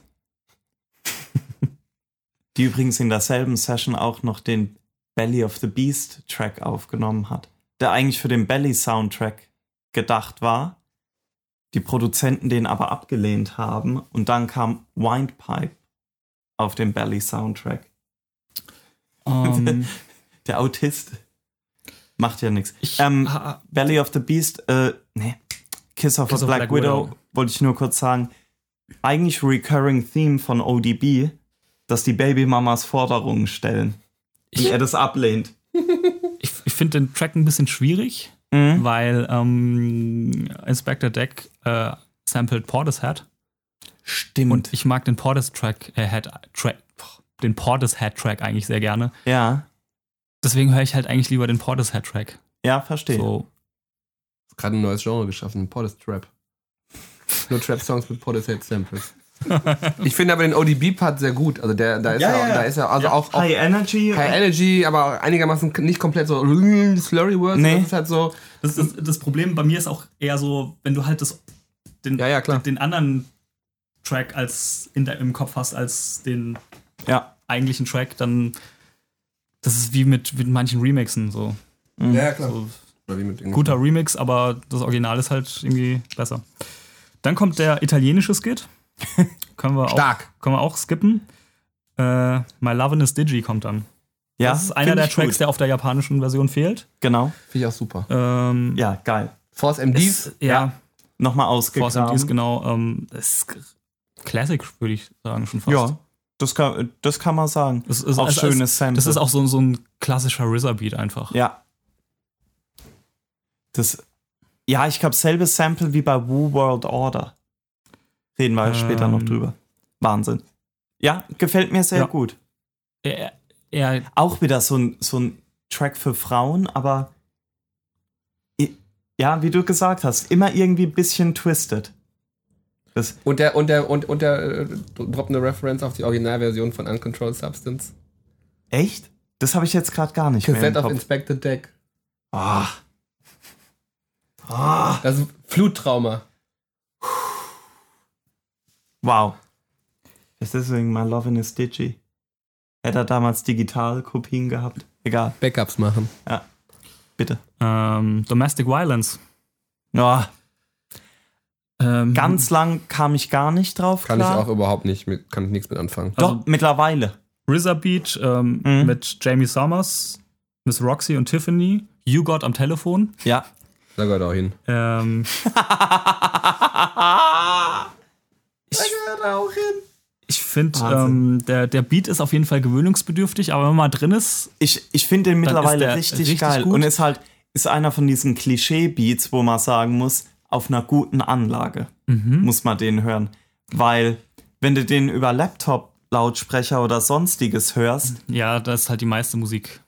die übrigens in derselben Session auch noch den Belly of the Beast Track aufgenommen hat, der eigentlich für den Belly Soundtrack gedacht war, die Produzenten den aber abgelehnt haben und dann kam Windpipe auf den Belly Soundtrack.
Ähm,
Der Autist macht ja nichts.
ich,
Ähm,
ha-
Belly of the Beast, äh, nee, Kiss of
Kiss
a
of
Black,
Black
Widow,
Widow.
wollte ich nur kurz sagen. Eigentlich recurring Theme von ODB, dass die Babymamas Forderungen stellen. Und er das ablehnt.
ich, ich finde den Track ein bisschen schwierig,
Mhm.
weil ähm, Inspector Deck äh, sampled Portishead.
Stimmt.
Und ich mag den Portishead-Track, äh, Head- Track, boah, den Portishead-Track eigentlich sehr gerne.
ja,
Deswegen höre ich halt eigentlich lieber den Portishead-Track.
ja, verstehe.
So,
Gerade ein neues Genre geschaffen, Podest Trap. Nur Trap-Songs mit Podest Head Samples. ich finde aber den ODB-Part sehr gut. Also der, da ist
Ja,
ja,
ja, ja.
da ist ja also auch, auch
High Energy.
High Energy, aber auch einigermaßen nicht komplett so Slurry Words.
Nee.
Das ist halt so.
das, das, das Problem bei mir ist auch eher so, wenn du halt das, den,
Ja, ja, klar.
den anderen Track als in deinem im Kopf hast, als den
äh, ja.
eigentlichen Track, dann. Das ist wie mit, mit manchen Remixen so.
Mhm. Ja, klar.
so.
Oder wie mit irgendwas.
Guter Remix, aber das Original ist halt irgendwie besser. Dann kommt der italienische Skit. können, wir auch,
Stark.
können wir auch skippen. Äh, My Lovin' is Digi kommt dann.
ja,
Das ist einer
find
der
ich
Tracks,
gut.
der auf der japanischen Version fehlt.
Genau.
Finde ich auch super.
Ähm,
Ja, geil.
Force MDs.
ja,
Nochmal
Force MDs,
ausgegraben.
genau. Ähm, das ist Classic, würde ich sagen, schon genau, fast.
Ja, das kann, das kann man sagen.
Das ist,
auch
es- es-
schönes Sample.
Das ist auch so, ein- so ein klassischer RZA-Beat einfach.
Ja. Das. Ja, ich glaube, selbes Sample wie bei Woo World Order. Reden wir
Ähm.
später noch drüber. Wahnsinn. Ja, gefällt mir sehr
Ja.
gut.
Er, er,
Auch wieder so ein, so ein Track für Frauen, aber. i- Ja, wie du gesagt hast, immer irgendwie ein bisschen twisted. Das,
Und der, und der, und, und der äh, droppt eine Reference auf die Originalversion von Uncontrolled Substance.
echt? Das habe ich jetzt gerade gar nicht mehr im
Cassette of
Kopf.
Inspected Deck.
Ah. Ah.
Das ist Fluttrauma.
Wow. Ist deswegen My Love in a Stitchy. Hätte er damals digital Kopien gehabt? Egal,
Backups machen.
bitte.
ähm, Domestic Violence. Mhm.
Ja,
Ähm,
ganz lang kam ich gar nicht drauf
Kann
klar.
ich auch überhaupt nicht mit, kann ich nichts mit anfangen.
Doch,
Also-
mittlerweile.
RZA Beat ähm,
Mhm.
mit Jamie Summers, Miss Roxy und Tiffany. You Got am Telefon.
Ja.
Da gehört auch hin.
Ähm,
Ich gehört auch hin.
ich finde,
Wahnsinn.
ähm, der, der Beat ist auf jeden Fall gewöhnungsbedürftig, aber wenn man mal drin ist,
Ich, ich finde den
Dann ist
mittlerweile
der
richtig,
richtig
geil.
gut.
Und ist halt, ist einer von diesen Klischee-Beats, wo man sagen muss, auf einer guten Anlage
Mhm.
muss man den hören. Weil, wenn du den über Laptop-Lautsprecher oder sonstiges hörst,
ja, da ist halt die meiste Musik.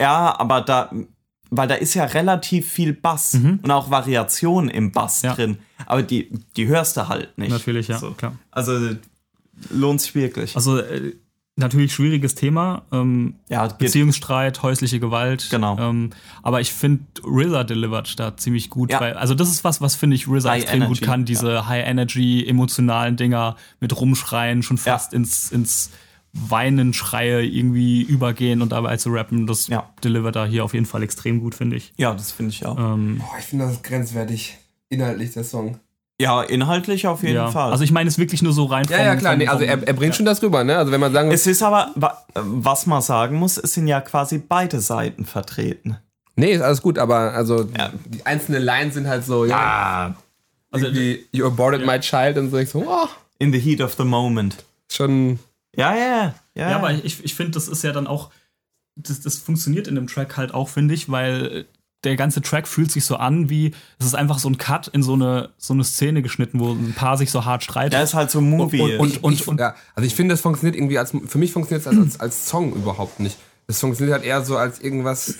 Ja, aber da, weil da ist ja relativ viel Bass und auch Variation im Bass
Mhm. Ja.
drin. Aber die, die hörst du halt nicht.
Natürlich, ja,
So.
klar.
Also lohnt sich wirklich.
Also, äh, natürlich schwieriges Thema. Ähm,
ja, geht-
Beziehungsstreit, häusliche Gewalt.
Genau.
Ähm, aber ich finde, RZA delivert da ziemlich gut.
Ja.
Weil, also das ist was, was finde ich RZA
High
extrem gut
Energy,
kann. Diese High-Energy, emotionalen Dinger mit Rumschreien, schon fast
Ja.
ins, ins Weinen, Schreie irgendwie übergehen und dabei zu rappen. Das
Ja.
delivert da hier auf jeden Fall extrem gut, finde ich.
ja, das finde ich auch.
Ähm,
Boah, ich finde das grenzwertig. Inhaltlich der Song.
Ja, inhaltlich auf jeden
ja.
Fall.
Also ich meine es wirklich nur so rein
Ja, ja, klar. Nee, also er, er bringt schon das rüber, ne? Also wenn man sagen
es ist aber, wa- äh, was man sagen muss, es sind ja quasi beide Seiten vertreten.
nee, ist alles gut, aber also
Ja.
die einzelnen Lines sind halt so, ja,
also-
irgendwie, you aborted my child und so, ich so, oh,
In the heat of the moment.
schon,
Ja, ja, ja.
Ja, aber ich, ich finde, das ist ja dann auch, das, das funktioniert in dem Track halt auch, finde ich, weil der ganze Track fühlt sich so an, wie es ist einfach so ein Cut in so eine, so eine Szene geschnitten, wo ein Paar sich so hart streitet.
Der ist halt so Movie.
Und- und-
Und, ich, ja, also ich finde, das funktioniert irgendwie als, für mich funktioniert es als, als, als Song überhaupt nicht. Es funktioniert halt eher so als irgendwas,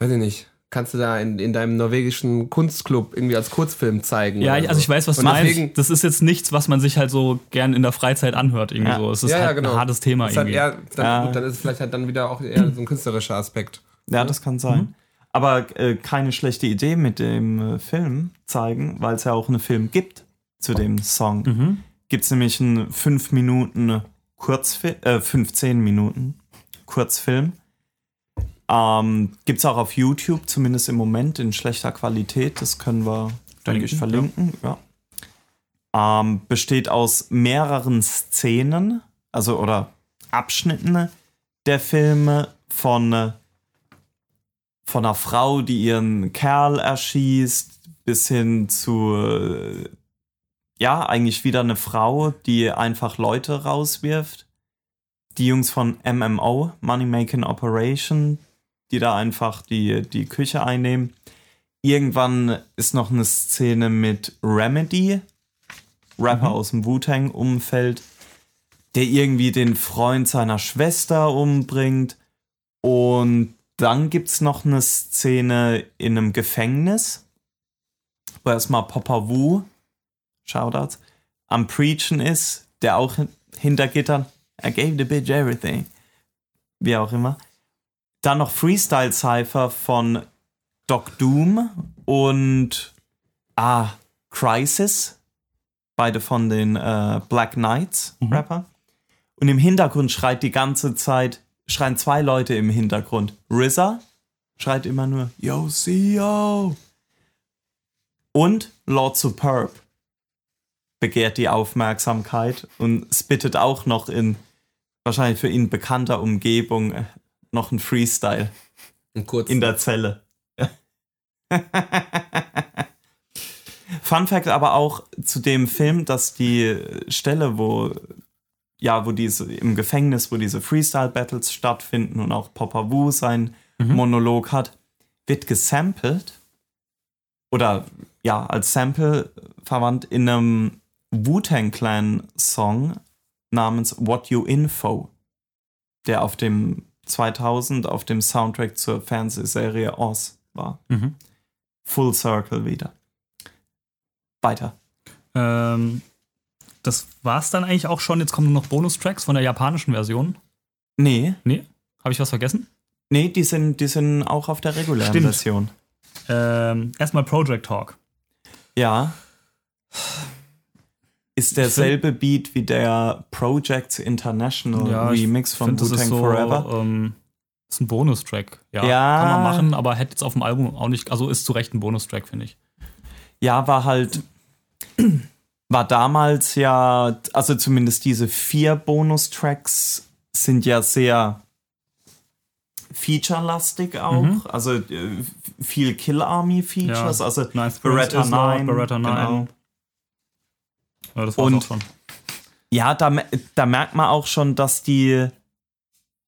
weiß ich nicht, kannst du da in, in deinem norwegischen Kunstclub irgendwie als Kurzfilm zeigen.
ja,
oder
also
so.
ich weiß, was du
Und deswegen-
meinst. Das ist jetzt nichts, was man sich halt so gern in der Freizeit anhört, irgendwie
Ja.
so. Es ist
Ja, ja,
halt
genau.
ein hartes Thema
Ist halt
irgendwie.
eher, dann,
Ja.
gut, dann ist es vielleicht halt dann wieder auch eher so ein künstlerischer Aspekt.
Ja, das kann sein. Mhm. Aber äh, keine schlechte Idee mit dem äh, Film zeigen, weil es ja auch einen Film gibt zu dem Song. Gibt es nämlich einen 5 Minuten Kurzfilm, äh, 15 Minuten Kurzfilm. Ähm, gibt es auch auf YouTube, zumindest im Moment, in schlechter Qualität. Das können wir, denke ich, verlinken. Ja. Ähm, besteht aus mehreren Szenen, also oder Abschnitten der Filme von äh, von einer Frau, die ihren Kerl erschießt, bis hin zu, äh, ja, eigentlich wieder eine Frau, die einfach Leute rauswirft. Die Jungs von MMO, Money Making Operation, die da einfach die, die Küche einnehmen. Irgendwann ist noch eine Szene mit Remedy, Rapper aus dem Wu-Tang-Umfeld, der irgendwie den Freund seiner Schwester umbringt. Und dann gibt es noch eine Szene in einem Gefängnis, wo erstmal Papa Wu, Shoutouts, am Preachen ist, der auch hin- hinter Gittern, I gave the bitch everything, wie auch immer. Dann noch Freestyle Cypher von Doc Doom und ah, Crisis, beide von den äh, Black Knights Rapper. Und im Hintergrund schreit die ganze Zeit, schreien zwei Leute im Hintergrund. RZA schreit immer nur, Yo, CEO. Und Lord Superb begehrt die Aufmerksamkeit und spittet auch noch in wahrscheinlich für ihn bekannter Umgebung äh, noch ein Freestyle
Ein kurz.
in der Zelle. Fun Fact aber auch zu dem Film, dass die Stelle, wo ja, wo diese im Gefängnis, wo diese Freestyle Battles stattfinden und auch Papa Wu seinen Monolog hat, wird gesampelt oder ja, als Sample verwandt in einem Wu-Tang Clan Song namens What You Info der auf dem 2000 auf dem Soundtrack zur Fernsehserie Oz war.
Mhm.
Full Circle wieder. Weiter.
Ähm, das war's dann eigentlich auch schon. Jetzt kommen nur noch Bonustracks von der japanischen Version.
Nee,
Nee? Habe ich was vergessen?
nee, die sind, die sind auch auf der regulären
Stimmt.
Version.
Ähm, erstmal Project Talk.
Ja. Ist derselbe Beat wie der Projects International Remix von
find, das
Wu-Tang
ist so,
Forever.
Ähm, ist ein Bonustrack. Ja,
Ja.
Kann man machen, aber hätte jetzt auf dem Album auch nicht. Also ist zu Recht ein Bonustrack, finde ich.
Ja, war halt, war damals ja, also zumindest diese vier Bonustracks sind ja sehr featurelastig auch, also äh, viel Kill Army Features,
Mhm. Ja.
also
Ninth
Beretta
Princess Lord,
9,
Beretta 9.
genau.
Ja, das war's
Und-
auch schon.
Ja, da, me- da merkt man auch schon, dass die,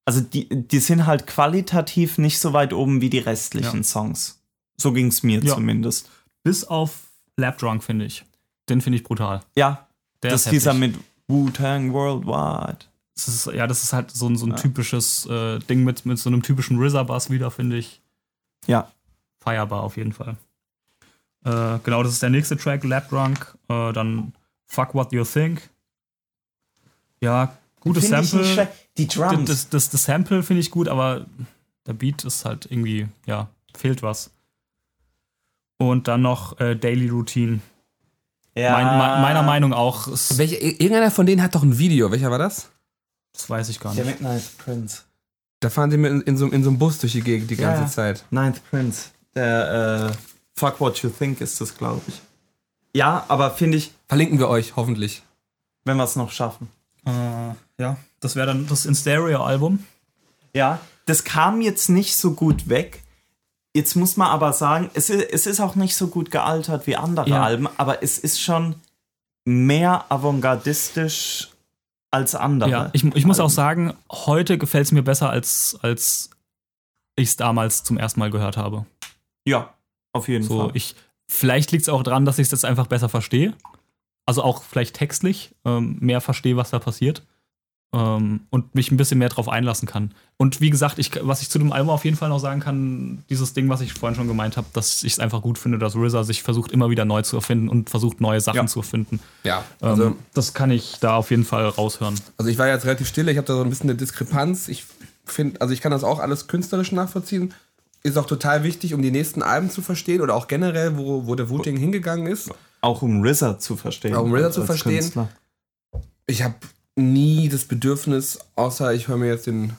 also die, die sind halt qualitativ nicht so weit oben wie die restlichen
Ja.
Songs. So ging's mir
Ja.
zumindest.
Bis auf Lapdrunk, finde ich. Den finde ich brutal.
Ja,
Der
das ist
heftig.
dieser mit Wu-Tang Worldwide.
Das ist, ja, das ist halt so ein, so ein typisches äh, Ding mit, mit so einem typischen RZA-Bass wieder, finde ich.
Ja.
Feierbar auf jeden Fall. Äh, genau, das ist der nächste Track, Lab Drunk. Äh, dann Fuck What You Think. Ja, gutes
Find ich
Sample.
nicht schlecht. Die
Das,
Drums.
das, das, das Sample finde ich gut, aber der Beat ist halt irgendwie, ja, fehlt was. Und dann noch äh, Daily Routine.
ja.
Mein, me meiner Meinung auch, ist,
Welche, irgendeiner von denen hat doch ein Video. Welcher war das?
das weiß ich gar
Der
nicht.
mit Ninth Prince.
Da fahren die mit in, in, so, in so einem Bus durch die Gegend die
Ja,
ganze
ja.
Zeit.
Ninth Prince. Der, äh, Fuck What You Think ist das, glaube ich. Ja, aber finde ich,
Verlinken wir euch, hoffentlich.
wenn wir es noch schaffen.
Äh, ja, das wäre dann das In Stereo-Album.
Ja, das kam jetzt nicht so gut weg. Jetzt muss man aber sagen, es ist, es ist auch nicht so gut gealtert wie andere
Ja.
Alben, aber es ist schon mehr avantgardistisch als andere. Also,
Ja, ich, ich muss auch
Alben.
sagen, heute gefällt es mir besser, als, als ich es damals zum ersten Mal gehört habe.
Ja, auf jeden
So,
Fall.
ich, vielleicht liegt es auch daran, dass ich es jetzt einfach besser verstehe. Also auch vielleicht textlich ähm, mehr verstehe, was da passiert. Ähm, und mich ein bisschen mehr drauf einlassen kann. Und wie gesagt, ich, was ich zu dem Album auf jeden Fall noch sagen kann, dieses Ding, was ich vorhin schon gemeint habe, dass ich es einfach gut finde, dass RZA sich versucht, immer wieder neu zu erfinden und versucht, neue Sachen
Ja.
zu erfinden.
Ja,
Ähm,
also
das kann ich da auf jeden Fall raushören.
Also ich war jetzt relativ still, ich habe da so ein bisschen eine Diskrepanz. Ich finde, also ich kann das auch alles künstlerisch nachvollziehen. Ist auch total wichtig, um die nächsten Alben zu verstehen oder auch generell, wo, wo der Wu-Ting hingegangen ist.
Auch um RZA zu verstehen.
Auch um RZA
als-
zu
als
verstehen.
Künstler.
Ich habe nie das Bedürfnis, außer ich höre mir jetzt den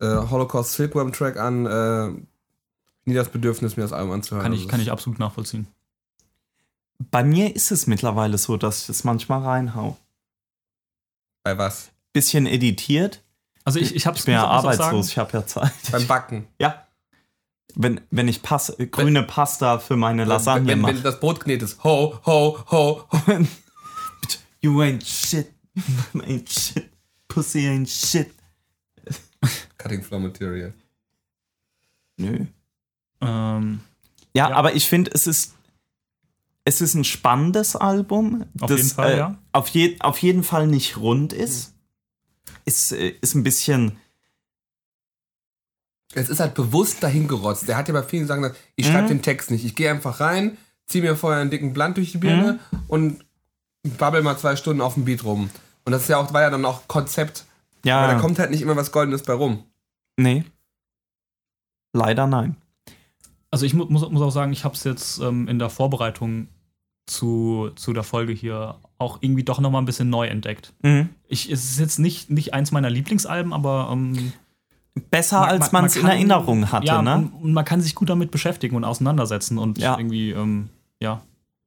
äh, Holocaust Silkworm Track an, äh, nie das Bedürfnis, mir das Album anzuhören.
Kann ich,
Also
kann ich absolut nachvollziehen.
Bei mir ist es mittlerweile so, dass ich das manchmal reinhau.
Bei was?
Bisschen editiert.
Also ich, ich habe
Ich bin ja arbeitslos, ich habe ja Zeit.
Beim Backen.
Ja. Wenn, wenn ich Pas äh, grüne Pasta für meine Lasagne
wenn, wenn
mache.
du das Brot knetest. Ho, ho, ho, ho.
You ain't shit. You ain't shit. Pussy ain't shit.
Cutting Floor Material.
Nö.
Ähm,
Ja,
Ja.
aber ich finde, es ist, es ist ein spannendes Album. äh,
Auf jeden Fall, ja.
Auf, je, auf jeden Fall nicht rund ist. Ist, äh, ist ein bisschen.
Es ist halt bewusst dahingerotzt. Der hat ja bei vielen Sachen gesagt, ich
Mhm.
schreibe den Text nicht. Ich gehe einfach rein, ziehe mir vorher einen dicken Blunt durch die Birne
Mhm.
und babbel mal zwei Stunden auf dem Beat rum. Und das ist ja auch, war ja dann auch Konzept.
Ja,
Ah.
Aber da kommt halt nicht immer was Goldenes bei rum.
nee. Leider nein.
Also ich mu muss, muss auch sagen, ich habe es jetzt ähm, in der Vorbereitung zu, zu der Folge hier auch irgendwie doch noch mal ein bisschen neu entdeckt.
Mhm.
Ich, es ist jetzt nicht, nicht eins meiner Lieblingsalben, aber ähm,
Besser, als man es in
kann-
Erinnerung hatte,
ja,
ne?
Und, und man kann sich gut damit beschäftigen und auseinandersetzen und
Ja.
irgendwie ähm, ja,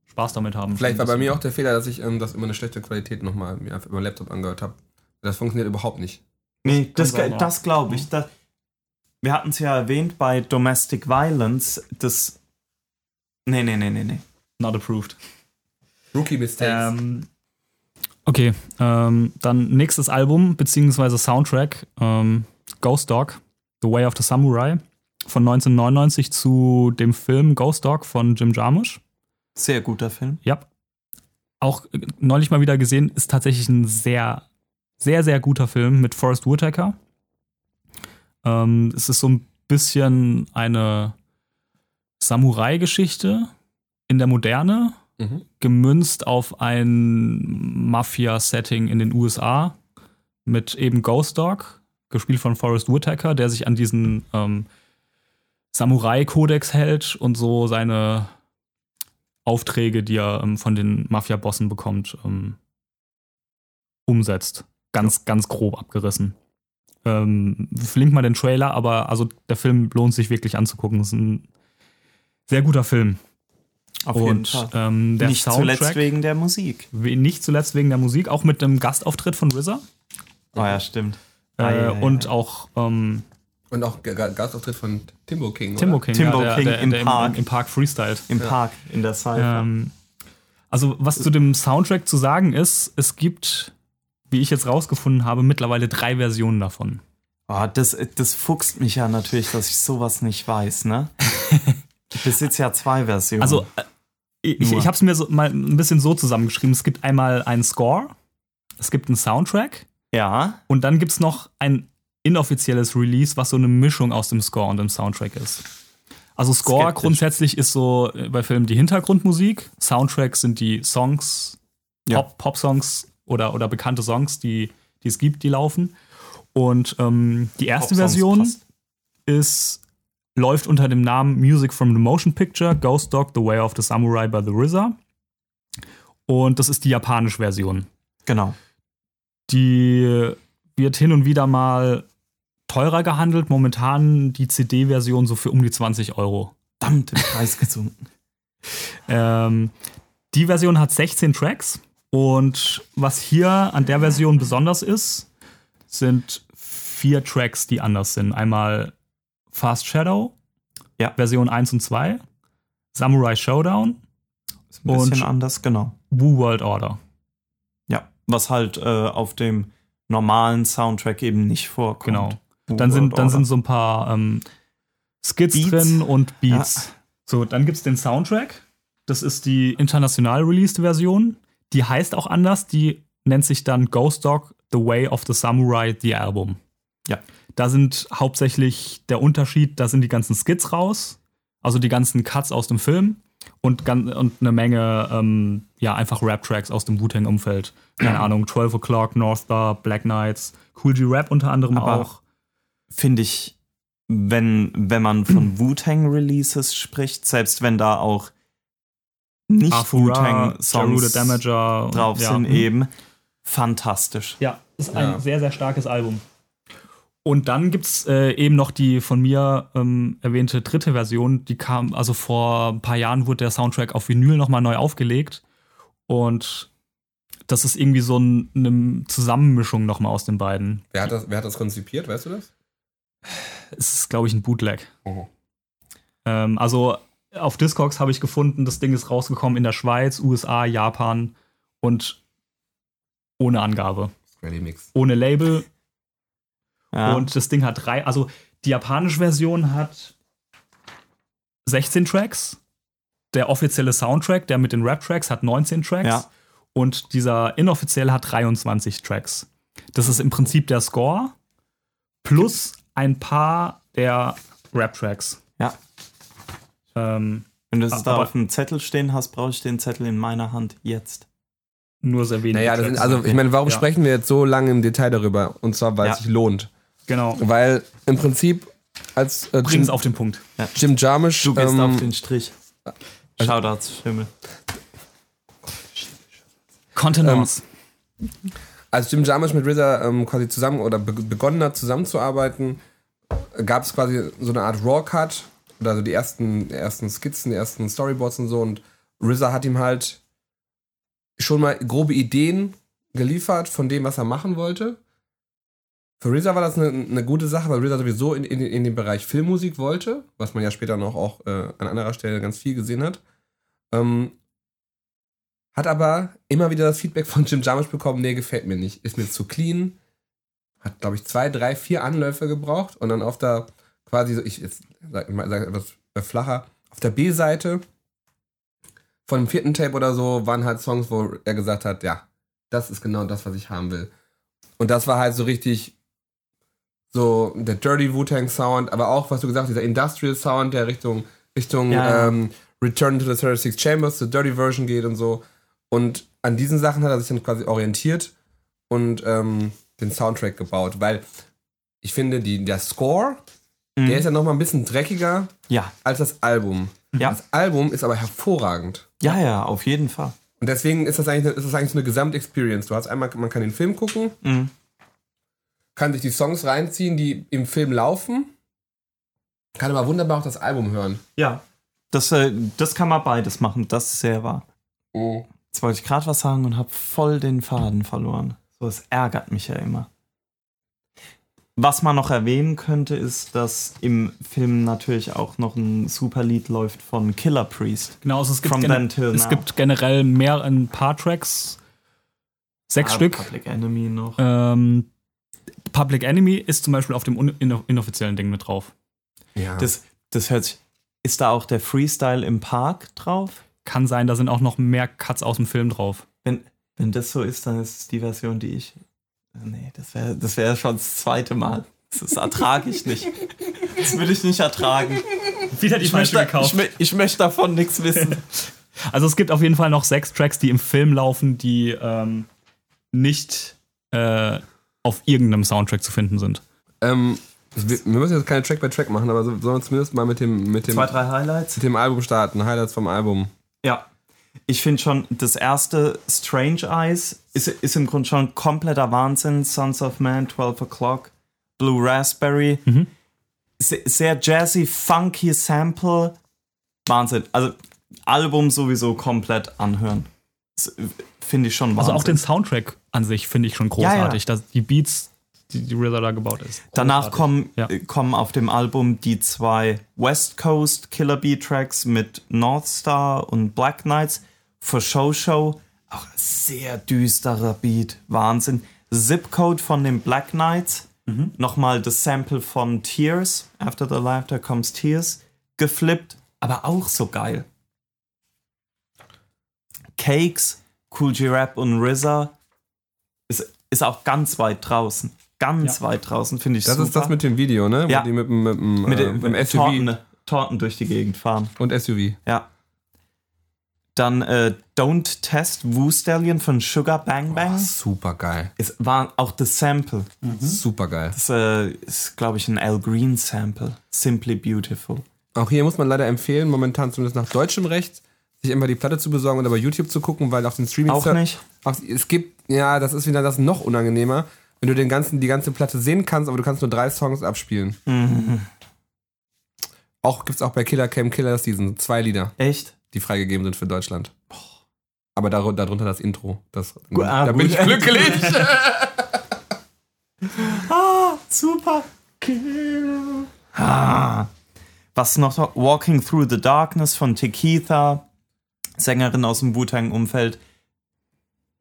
Spaß damit haben.
Vielleicht war bei mir auch der Fehler, dass ich ähm, das immer eine schlechte Qualität nochmal mir einfach über den Laptop angehört habe. Das funktioniert überhaupt nicht.
Nee, das,
sein, ja.
das glaube
Mhm.
ich. Das, wir hatten es ja erwähnt bei Domestic Violence, das. Nee, nee, nee, nee, nee.
not approved.
Rookie Mistakes.
Ähm, okay, ähm, dann nächstes Album beziehungsweise Soundtrack ähm, Ghost Dog, The Way of the Samurai von 1999 zu dem Film Ghost Dog von Jim Jarmusch.
Sehr guter Film.
Ja. Auch äh, neulich mal wieder gesehen, ist tatsächlich ein sehr, sehr, sehr guter Film mit Forrest Whitaker. Ähm, es ist so ein bisschen eine Samurai-Geschichte in der Moderne,
Mhm.
gemünzt auf ein Mafia-Setting in den USA mit eben Ghost Dog, gespielt von Forrest Whitaker, der sich an diesen ähm, Samurai-Kodex hält und so seine Aufträge, die er ähm, von den Mafia-Bossen bekommt, ähm, umsetzt. Ganz, ganz grob abgerissen. Ähm, verlinkt mal den Trailer, aber also der Film lohnt sich wirklich anzugucken. Ist ein sehr guter Film.
Auf jeden
und
Fall.
ähm, der
äh, Nicht
Soundtrack,
zuletzt wegen der Musik.
we- nicht zuletzt wegen der Musik, auch mit einem Gastauftritt von RZA
Ah ja, stimmt.
äh,
Ah, ja, ja,
und
ja.
auch ähm,
Und auch Ga- Ga- Gastauftritt von Timbo King.
Timbo
oder?
King,
Timbo
der,
King
der,
im
der
Park.
Im, im Park freestylt.
Im Park, in der Cypher.
Ähm, also, was zu dem Soundtrack zu sagen ist, es gibt, wie ich jetzt rausgefunden habe, mittlerweile drei Versionen davon.
Ah, das, das fuchst mich ja natürlich, dass ich sowas nicht weiß, ne? Bis jetzt ja zwei Versionen.
Also, äh, ich,
Nur.
ich habe es mir so, mal ein bisschen so zusammengeschrieben: Es gibt einmal einen Score, es gibt einen Soundtrack
ja,
und dann gibt es noch ein inoffizielles Release, was so eine Mischung aus dem Score und dem Soundtrack ist. Also Score
Skeptisch.
grundsätzlich ist so äh, bei Filmen die Hintergrundmusik, Soundtracks sind die Songs,
Ja.
Pop- Pop-Songs oder, oder bekannte Songs, die, die es gibt, die laufen. Und ähm, die erste
Pop-Songs
Version
passt.
ist, läuft unter dem Namen Music from the Motion Picture, Ghost Dog, The Way of the Samurai by The RZA. Und das ist die japanische Version
genau.
die wird hin und wieder mal teurer gehandelt. Momentan die CD-Version so für um die 20 Euro.
Verdammt, im Preis gesunken.
Ähm, die Version hat 16 Tracks und was hier an der Version besonders ist, sind vier Tracks, die anders sind. Einmal Fast Shadow,
Ja.
Version 1 und 2, Samurai Showdown,
Ist ein bisschen
Und-
anders, genau.
Wu World Order.
Ja, was halt äh, auf dem normalen Soundtrack eben nicht vorkommt.
Genau. Dann sind, dann sind so ein paar ähm, Skits
Beats.
drin und Beats. So, dann gibt's den Soundtrack. Das ist die international released Version. Die heißt auch anders. Die nennt sich dann Ghost Dog The Way of the Samurai, The Album.
Ja.
Da sind hauptsächlich der Unterschied, da sind die ganzen Skits raus, also die ganzen Cuts aus dem Film und, gan- und eine Menge, ähm, ja, einfach Rap-Tracks aus dem Wu-Tang-Umfeld. Keine Ahnung, 12 O'Clock, North Star, Black Knights, Cool G Rap unter anderem
Aber-
auch.
Finde ich, wenn, wenn man von Wu-Tang-Releases spricht, selbst wenn da auch nicht
Afura, Jaru the
Wu-Tang-Songs
Damager.
Ah, drauf
ja. hm.
sind, eben fantastisch.
Ja, ist ein sehr, sehr starkes Album. Und dann gibt es äh, eben noch die von mir ähm, erwähnte dritte Version, die kam, also vor ein paar Jahren wurde der Soundtrack auf Vinyl nochmal neu aufgelegt. Und das ist irgendwie so ein, eine Zusammenmischung nochmal aus den beiden.
Wer hat, das, wer hat das konzipiert, weißt du das?
Es ist, glaube ich, ein Bootleg.
Mhm.
Ähm, also auf Discogs habe ich gefunden, das Ding ist rausgekommen in der Schweiz, USA, Japan und ohne Angabe,
Remix.
ohne Label,
Ja.
Und das Ding hat drei, also die japanische Version hat 16 Tracks. Der offizielle Soundtrack, der mit den Rap-Tracks, hat 19 Tracks.
Ja.
Und dieser inoffizielle hat 23 Tracks. Das ist im Prinzip der Score plus ein paar der Rap-Tracks.
ja.
Ähm,
Wenn du es da
Aber-
auf dem Zettel stehen hast, brauche ich den Zettel in meiner Hand jetzt.
nur sehr wenige.
Naja, das
Tracks.
sind, also ich meine, warum
Ja.
sprechen wir jetzt so lange im Detail darüber? Und zwar, weil es
Ja.
sich lohnt.
genau.
Weil im Prinzip, als äh,
Bring
Jim,
es auf den Punkt.
Jim Jarmusch.
Du gehst
ähm,
auf den Strich. Shoutouts, Schimmel.
Ähm,
Contenance.
als Jim Jarmusch mit RZA ähm, quasi zusammen oder be begonnen hat zusammenzuarbeiten, gab es quasi so eine Art Raw Cut oder so die ersten, ersten Skizzen, die ersten Storyboards und so und RZA hat ihm halt schon mal grobe Ideen geliefert von dem, was er machen wollte. Für RZA war das eine, eine gute Sache, weil RZA sowieso in, in, in den Bereich Filmmusik wollte, was man ja später noch auch äh, an anderer Stelle ganz viel gesehen hat. Ähm, hat aber immer wieder das Feedback von Jim Jarmusch bekommen, nee, gefällt mir nicht, ist mir zu clean. Hat, glaube ich, zwei, drei, vier Anläufe gebraucht und dann auf der, quasi, so- ich jetzt sag, mal- sag etwas äh, flacher, auf der B-Seite von dem vierten Tape oder so waren halt Songs, wo er gesagt hat, ja, das ist genau das, was ich haben will. Und das war halt so richtig so der Dirty Wu-Tang Sound, aber auch, was du gesagt hast, dieser Industrial Sound, der Richtung, Richtung
Ja.
ähm, Return to the 36 Chambers, the Dirty Version geht und so. Und an diesen Sachen hat er sich dann quasi orientiert und ähm, den Soundtrack gebaut, weil ich finde, die, der Score, der ist ja nochmal ein bisschen dreckiger
Ja,
als das Album.
Ja.
Also,
Das Album ist aber hervorragend.
ja, ja, auf jeden Fall.
Und deswegen ist das eigentlich, ist das eigentlich so eine Gesamtexperience. Du hast einmal, man kann den Film gucken,
Mhm.
kann sich die Songs reinziehen, die im Film laufen, kann aber wunderbar auch das Album hören.
Ja. Das, äh, das kann man beides machen, das ist sehr wahr. Jetzt wollte ich gerade was sagen und habe voll den Faden verloren. So, es ärgert mich ja immer. Was man noch erwähnen könnte, ist, dass im Film natürlich auch noch ein Superlied läuft von Killer Priest.
Genau, also es gibt,
From
gene-
then till
es
now.
gibt generell mehr ein paar Tracks. Sechs
Ah,
Stück.
Public Enemy noch.
Ähm, Public Enemy ist zum Beispiel auf dem un- inno- inoffiziellen Ding mit drauf.
Ja.
Das, das hört sich. Ist da auch der Freestyle im Park drauf?
Kann sein, da sind auch noch mehr Cuts aus dem Film drauf.
Wenn, wenn das so ist, dann ist es die Version, die ich. äh, Nee, das wäre das wär schon das zweite Mal. Das, das ertrage ich nicht. Das will ich nicht ertragen.
Wieder die
Ich möchte, ich, mö- ich möchte davon nichts wissen.
Also es gibt auf jeden Fall noch sechs Tracks, die im Film laufen, die ähm, nicht äh, auf irgendeinem Soundtrack zu finden sind.
ähm, wir, wir müssen jetzt keine Track by Track machen, aber so, sollen wir zumindest mal mit dem, mit dem,
Zwei,
mit
drei Highlights.
dem Album starten. Highlights vom Album.
Ja. Ich finde schon, das erste Strange Eyes ist, ist im Grunde schon kompletter Wahnsinn. Sons of Man, 12 O'Clock, Blue Raspberry.
Mhm.
Se- Sehr jazzy, funky Sample. Wahnsinn. Also, Album sowieso komplett anhören. S- Finde ich schon
Also
Wahnsinn.
auch den Soundtrack an sich finde ich schon großartig, dass die Beats, die, die RZA da gebaut ist.
Danach kommen,
Ja.
äh, kommen auf dem Album die zwei West Coast Killer Bee Tracks mit North Star und Black Knights für Show Show. Auch ein sehr düsterer Beat, Wahnsinn. Zip Code von den Black Knights.
Mhm.
Nochmal das Sample von Tears. After the Laughter comes Tears. Geflippt. aber auch so geil. Cakes, Cool G Rap und RZA ist, ist auch ganz weit draußen. Ganz weit draußen, finde ich
Das
super.
ist das mit dem Video, ne?
Ja.
Wo die mit, dem- mit, dem,
mit,
äh,
dem
mit dem SUV
Ähm, Torten, ne? Torten durch die Gegend fahren.
und SUV.
Ja. Dann äh, Don't Test Woo Stallion von Sugar Bang Bang.
Super geil.
Es war auch das Sample.
Super geil.
Das äh, ist, glaube ich, ein Al Green Sample. Simply Beautiful.
Auch hier muss man leider empfehlen, momentan zumindest nach deutschem Recht, sich immer die Platte zu besorgen und aber YouTube zu gucken, weil auf den Streaming
Auch nicht?
Auf, es gibt, ja, das ist wieder das noch unangenehmer, wenn du den ganzen, die ganze Platte sehen kannst, aber du kannst nur drei Songs abspielen.
Mhm.
Auch gibt's auch bei Killer Cam Killer Season zwei Lieder,
Echt?
die freigegeben sind für Deutschland. Aber daru- darunter das Intro. Das,
ah,
da bin
gut.
ich glücklich.
Ah, super. Ah. Was noch? Walking Through the Darkness von Tikitha, Sängerin aus dem Wu-Tang-Umfeld.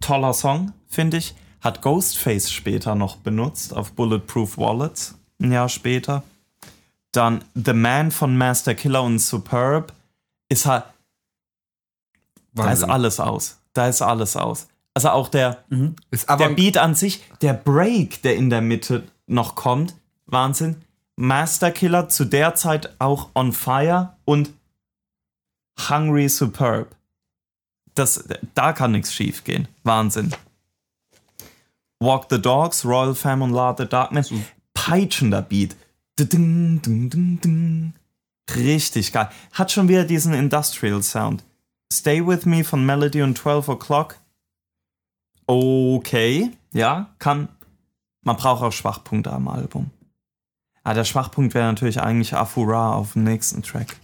Toller Song, finde ich. Hat Ghostface später noch benutzt auf Bulletproof Wallets, ein Jahr später. Dann The Man von Master Killer und Superb. Ist halt, da ist
Wahnsinn.
alles aus. Da ist alles aus. Also auch der
Ist
der
aber
Beat an sich, der Break, der in der Mitte noch kommt, Wahnsinn. Masterkiller zu der Zeit auch on fire und Hungry Superb. Das, da kann nichts schief gehen. Wahnsinn. Walk the Dogs, Royal Fam und Lord the Darkness. Peitschender Beat. Ding, ding, ding, ding. Richtig geil. Hat schon wieder diesen Industrial Sound. Stay With Me von Melody und 12 O'Clock. Okay, ja, kann. Man braucht auch Schwachpunkte am Album. Ah, der Schwachpunkt wäre natürlich eigentlich Afura auf dem nächsten Track.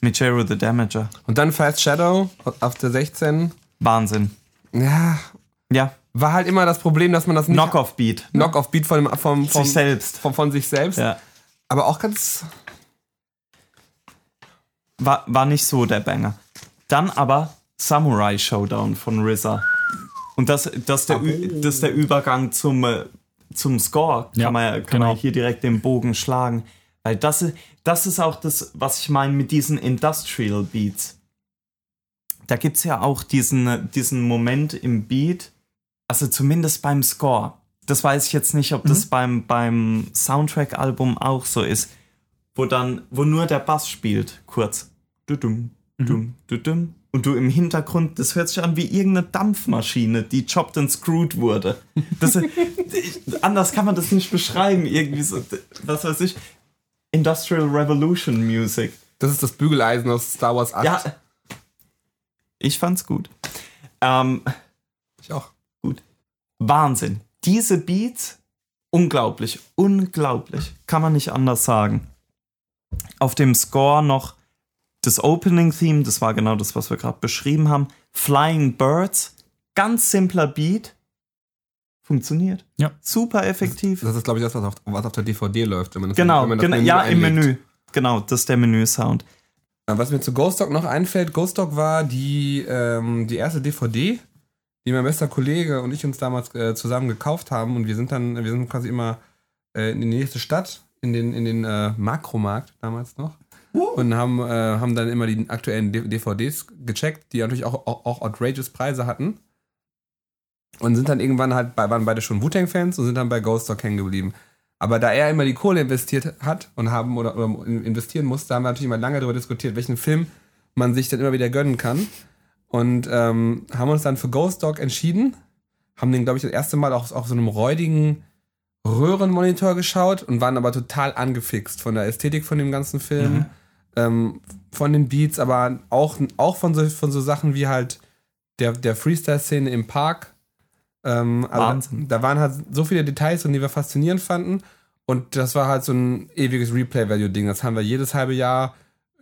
Mit Jero the Damager.
und dann Fast Shadow auf der 16.
Wahnsinn.
Ja,
Ja,
war halt immer das Problem, dass man das nicht
Knock-Off-Beat.
Knock-off-Beat von, dem- vom, vom,
Sich selbst.
Von, von sich selbst.
Ja.
Aber auch ganz.
War, war nicht so der Banger. Dann aber Samurai Showdown von RZA. Und das, das, der, Ü- das ist der Übergang zum, äh, zum Score. Kann,
Ja,
man, ja- kann
genau.
man hier direkt den Bogen schlagen. Weil das, i- das ist auch das, was ich meine mit diesen Industrial Beats. Da gibt es ja auch diesen, äh, diesen Moment im Beat, also zumindest beim Score. Das weiß ich jetzt nicht, ob
Mhm.
das beim, beim Soundtrack-Album auch so ist, wo dann, wo nur der Bass spielt, kurz. Du-dum, dum, du-dum. Und du im Hintergrund, das hört sich an wie irgendeine Dampfmaschine, die chopped and screwed wurde. Das, ich- anders kann man das nicht beschreiben, irgendwie so, was weiß ich. Industrial Revolution Music.
Das ist das Bügeleisen aus Star Wars 8.
Ja. Ich fand's gut. Ähm,
Ich auch.
Wahnsinn. Diese Beats, unglaublich, unglaublich. Kann man nicht anders sagen. Auf dem Score noch das Opening-Theme, das war genau das, was wir gerade beschrieben haben. Flying Birds, ganz simpler Beat. Funktioniert.
Ja.
Super effektiv.
Das ist, glaube ich, das, was auf, was auf der DVD läuft. Wenn man das,
genau,
wenn man das
genau ja, im
einlegt.
Menü. Genau, das ist der Menü-Sound.
Aber Was mir zu Ghost Dog noch einfällt, Ghost Dog war die, ähm, die erste DVD, die mein bester Kollege und ich uns damals äh, zusammen gekauft haben. Und wir sind dann, wir sind quasi immer äh, in die nächste Stadt, in den, in den äh, Makromarkt damals noch. Und haben, äh, haben dann immer die aktuellen D- DVDs gecheckt, die natürlich auch, auch, auch outrageous Preise hatten. Und sind dann irgendwann halt, bei- waren beide schon Wu-Tang-Fans und sind dann bei Ghost Dog hängen geblieben. Aber da er immer die Kohle investiert hat und haben oder, oder in- investieren musste, haben wir natürlich immer lange darüber diskutiert, welchen Film man sich dann immer wieder gönnen kann. Und ähm, haben uns dann für Ghost Dog entschieden, haben den, glaube ich, das erste Mal auf, auf so einem räudigen Röhrenmonitor geschaut und waren aber total angefixt von der Ästhetik von dem ganzen Film, ähm, von den Beats, aber auch, auch von, so, von so Sachen wie halt der, der Freestyle-Szene im Park. Ähm, also
Wahnsinn.
Da waren halt so viele Details drin, die wir faszinierend fanden. Und das war halt so ein ewiges Replay-Value-Ding. Das haben wir jedes halbe Jahr,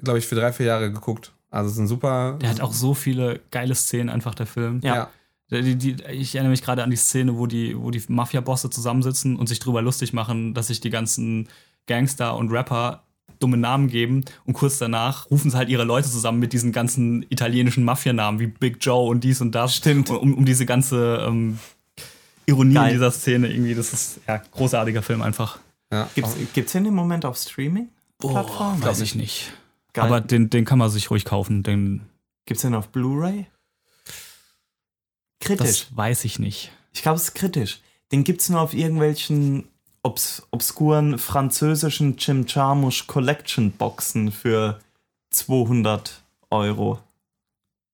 glaube ich, für drei, vier Jahre geguckt. Also es ist ein super.
Der hat auch so viele geile Szenen, einfach der Film.
Ja.
Die, die, ich erinnere mich gerade an die Szene, wo die, wo die Mafia-Bosse zusammensitzen und sich drüber lustig machen, dass sich die ganzen Gangster und Rapper dumme Namen geben und kurz danach rufen sie halt ihre Leute zusammen mit diesen ganzen italienischen Mafia-Namen wie Big Joe und dies und das. Stimmt. Um, um diese ganze ähm, Ironie
Geil.
in dieser Szene irgendwie. Das ist ja großartiger Film einfach.
ja.
Gibt's, gibt's den im Moment auf Streaming? Boah,
Weiß ich nicht.
Geil.
Aber den, den kann man sich ruhig kaufen. Den,
Gibt's den auf Blu-ray? Kritisch.
das weiß ich nicht.
Ich glaube, es ist kritisch. Den gibt's nur auf irgendwelchen obs obskuren französischen Jim Jarmusch Collection Boxen für 200 Euro.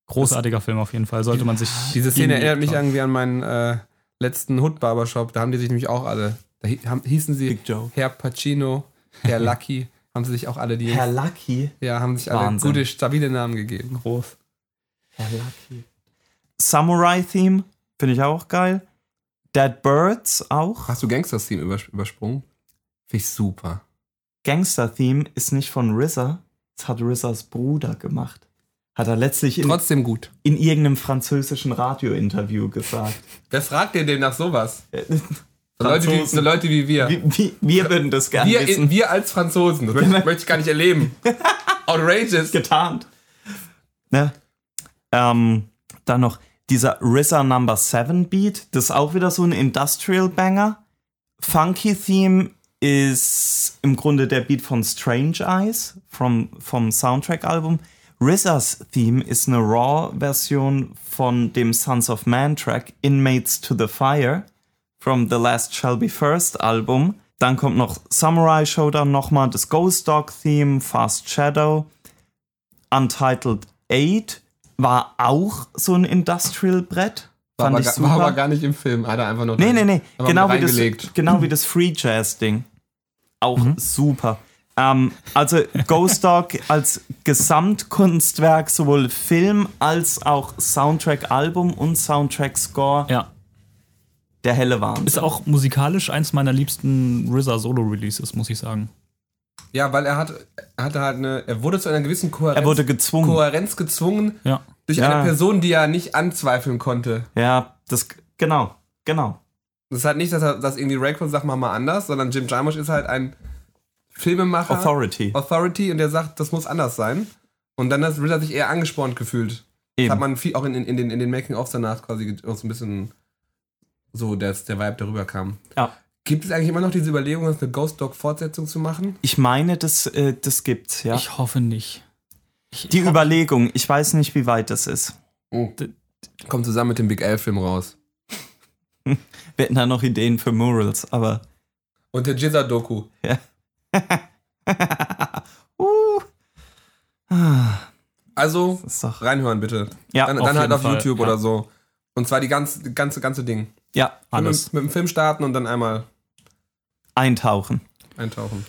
Großartiger Film auf jeden Fall. Sollte man sich.
Diese Szene
ihn-
erinnert mich irgendwie an meinen äh, letzten Hood Barbershop. Da haben die sich nämlich auch alle. Da hi- haben, hießen sie
Big Joe.
Herr Pacino, Herr Lucky. haben sie sich auch alle die.
Herr Lucky.
ja, haben sich alle
Wahnsinn.
gute, stabile Namen gegeben. Groß.
Herr Lucky. Samurai Theme finde ich auch geil. Dead Birds auch.
Hast du Gangsters-Team übers- übersprungen? Finde ich super.
Gangster Theme ist nicht von RZA. Das hat RZAs Bruder gemacht. Hat er letztlich in,
Trotzdem gut.
in irgendeinem französischen Radiointerview gesagt.
Wer fragt denn denn nach sowas? So Leute, wie,
Äh, Franzosen.
so Leute wie wir.
Wie- wie- wir würden das gerne
Wir,
wissen.
wir als Franzosen. Das möchte, möchte ich gar nicht erleben. Outrageous.
Getarnt. Ne? Ähm, dann noch dieser RZA Number 7 Beat. Das ist auch wieder so ein Industrial Banger. Funky Theme ist im Grunde der Beat von Strange Eyes vom, vom Soundtrack-Album. RZA's Theme ist eine Raw-Version von dem Sons of Man-Track Inmates to the Fire from The Last Shall Be First Album. Dann kommt noch Samurai Showdown nochmal, das Ghost Dog Theme, Fast Shadow. Untitled 8 war auch so ein Industrial-Brett.
War,
Fand
aber
ich
gar-
super.
war aber gar nicht im Film. Hat er einfach nur.
Nee, nee, nee.
einfach mit
Genau wie, das,
reingelegt.
genau wie das Free Jazz Ding. Auch super. Ähm, also Ghost Dog als Gesamtkunstwerk, sowohl Film als auch Soundtrack-Album und Soundtrack-Score,
Ja.
der helle Wahnsinn.
Ist auch musikalisch eins meiner liebsten RZA Solo-Releases, muss ich sagen.
Ja, weil er hat, er hatte halt eine. Er wurde zu einer gewissen Kohärenz,
Er wurde gezwungen.
Kohärenz gezwungen
Ja.
durch
Ja.
eine Person, die er nicht anzweifeln konnte.
Ja, das, genau, genau.
Das ist halt nicht, dass er dass irgendwie Raycon sagt, mach mal anders, sondern Jim Jarmusch ist halt ein Filmemacher,
Authority.
Authority und der sagt, das muss anders sein. Und dann hat Ritter sich eher angespornt gefühlt. Das hat
Eben.
man viel, auch in, in, in den, in den Making-ofs danach quasi ge- auch so ein bisschen so, dass der Vibe darüber kam.
Ja.
Gibt es eigentlich immer noch diese Überlegung, dass eine Ghost Dog-Fortsetzung zu machen?
Ich meine, das, äh, das gibt's, ja.
Ich hoffe nicht. Ich,
Die
ich hoffe-
Überlegung, ich weiß nicht, wie weit das ist.
Kommt zusammen mit dem Big L-Film raus.
Wir hätten da noch Ideen für Murals, aber
Und der Jizza-Doku.
uh,
Also,
ist doch.
reinhören bitte.
Ja, oh,
dann
auf
dann halt
jeden
auf
Fall,
YouTube
ja.
oder so. Und zwar die ganze, ganze, ganze Ding.
Ja,
Alles.
Mit, mit dem Film starten und dann einmal
eintauchen.
eintauchen.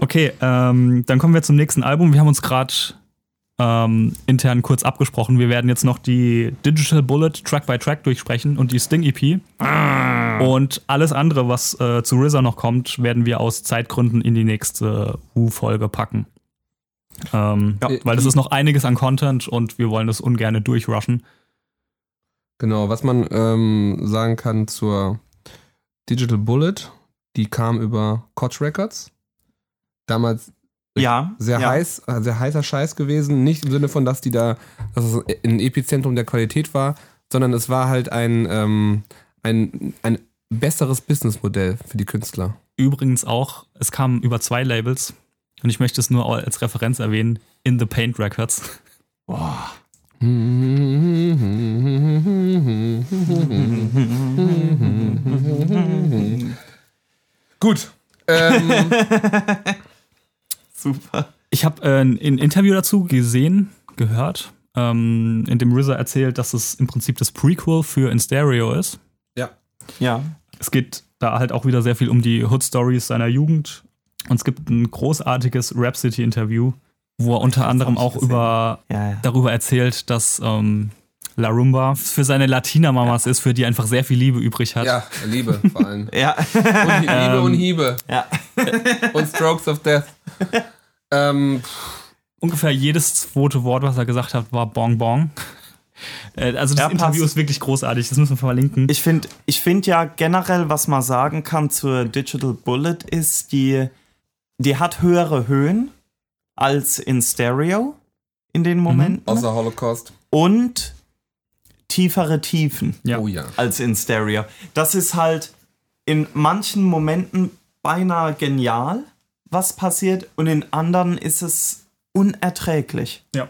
Okay, ähm, dann kommen wir zum nächsten Album. Wir haben uns gerade ähm, intern kurz abgesprochen. Wir werden jetzt noch die Digital Bullet Track by Track durchsprechen und die Sting EP. Und alles andere, was äh, zu RZA noch kommt, werden wir aus Zeitgründen in die nächste Who-Folge packen. Ähm,
Ja.
Weil das ist noch einiges an Content und wir wollen das ungern durchrushen.
Genau, was man ähm, sagen kann zur Digital Bullet, die kam über Koch Records. Damals
Ja.
sehr
ja.
heiß, äh, sehr heißer Scheiß gewesen. Nicht im Sinne von, dass die da, dass es ein Epizentrum der Qualität war, sondern es war halt ein, ähm, ein, ein besseres Businessmodell für die Künstler.
Übrigens auch, es kamen über zwei Labels und ich möchte es nur als Referenz erwähnen: In the Paint Records.
Gut. Ähm,
Super.
Ich habe äh, ein ein Interview dazu gesehen, gehört, ähm, in dem RZA erzählt, dass es im Prinzip das Prequel für In Stereo ist.
ja.
Ja.
Es geht da halt auch wieder sehr viel um die Hood-Stories seiner Jugend. Und es gibt ein großartiges Rhapsody-Interview, wo er unter anderem
ich
auch
gesehen.
über,
Ja, ja.
darüber erzählt, dass ähm, La Rumba für seine Latina-Mamas ist, für die einfach sehr viel Liebe übrig hat.
ja, Liebe vor allem.
Ja. Ähm.
Und Hie- Liebe und Hiebe.
ja.
Und Strokes of Death. Ähm,
Ungefähr jedes zweite Wort, was er gesagt hat, war Bong Bong. Äh, Also das
Ja, passt.
Interview ist wirklich großartig, das müssen wir verlinken.
Ich finde ich find ja generell, was man sagen kann zur Digital Bullet ist, die, die hat höhere Höhen als in Stereo in den Momenten
außer Holocaust.
und tiefere Tiefen.
Ja.
Oh ja.
als in Stereo. Das ist halt in manchen Momenten beinahe genial, was passiert, und in anderen ist es unerträglich.
Ja.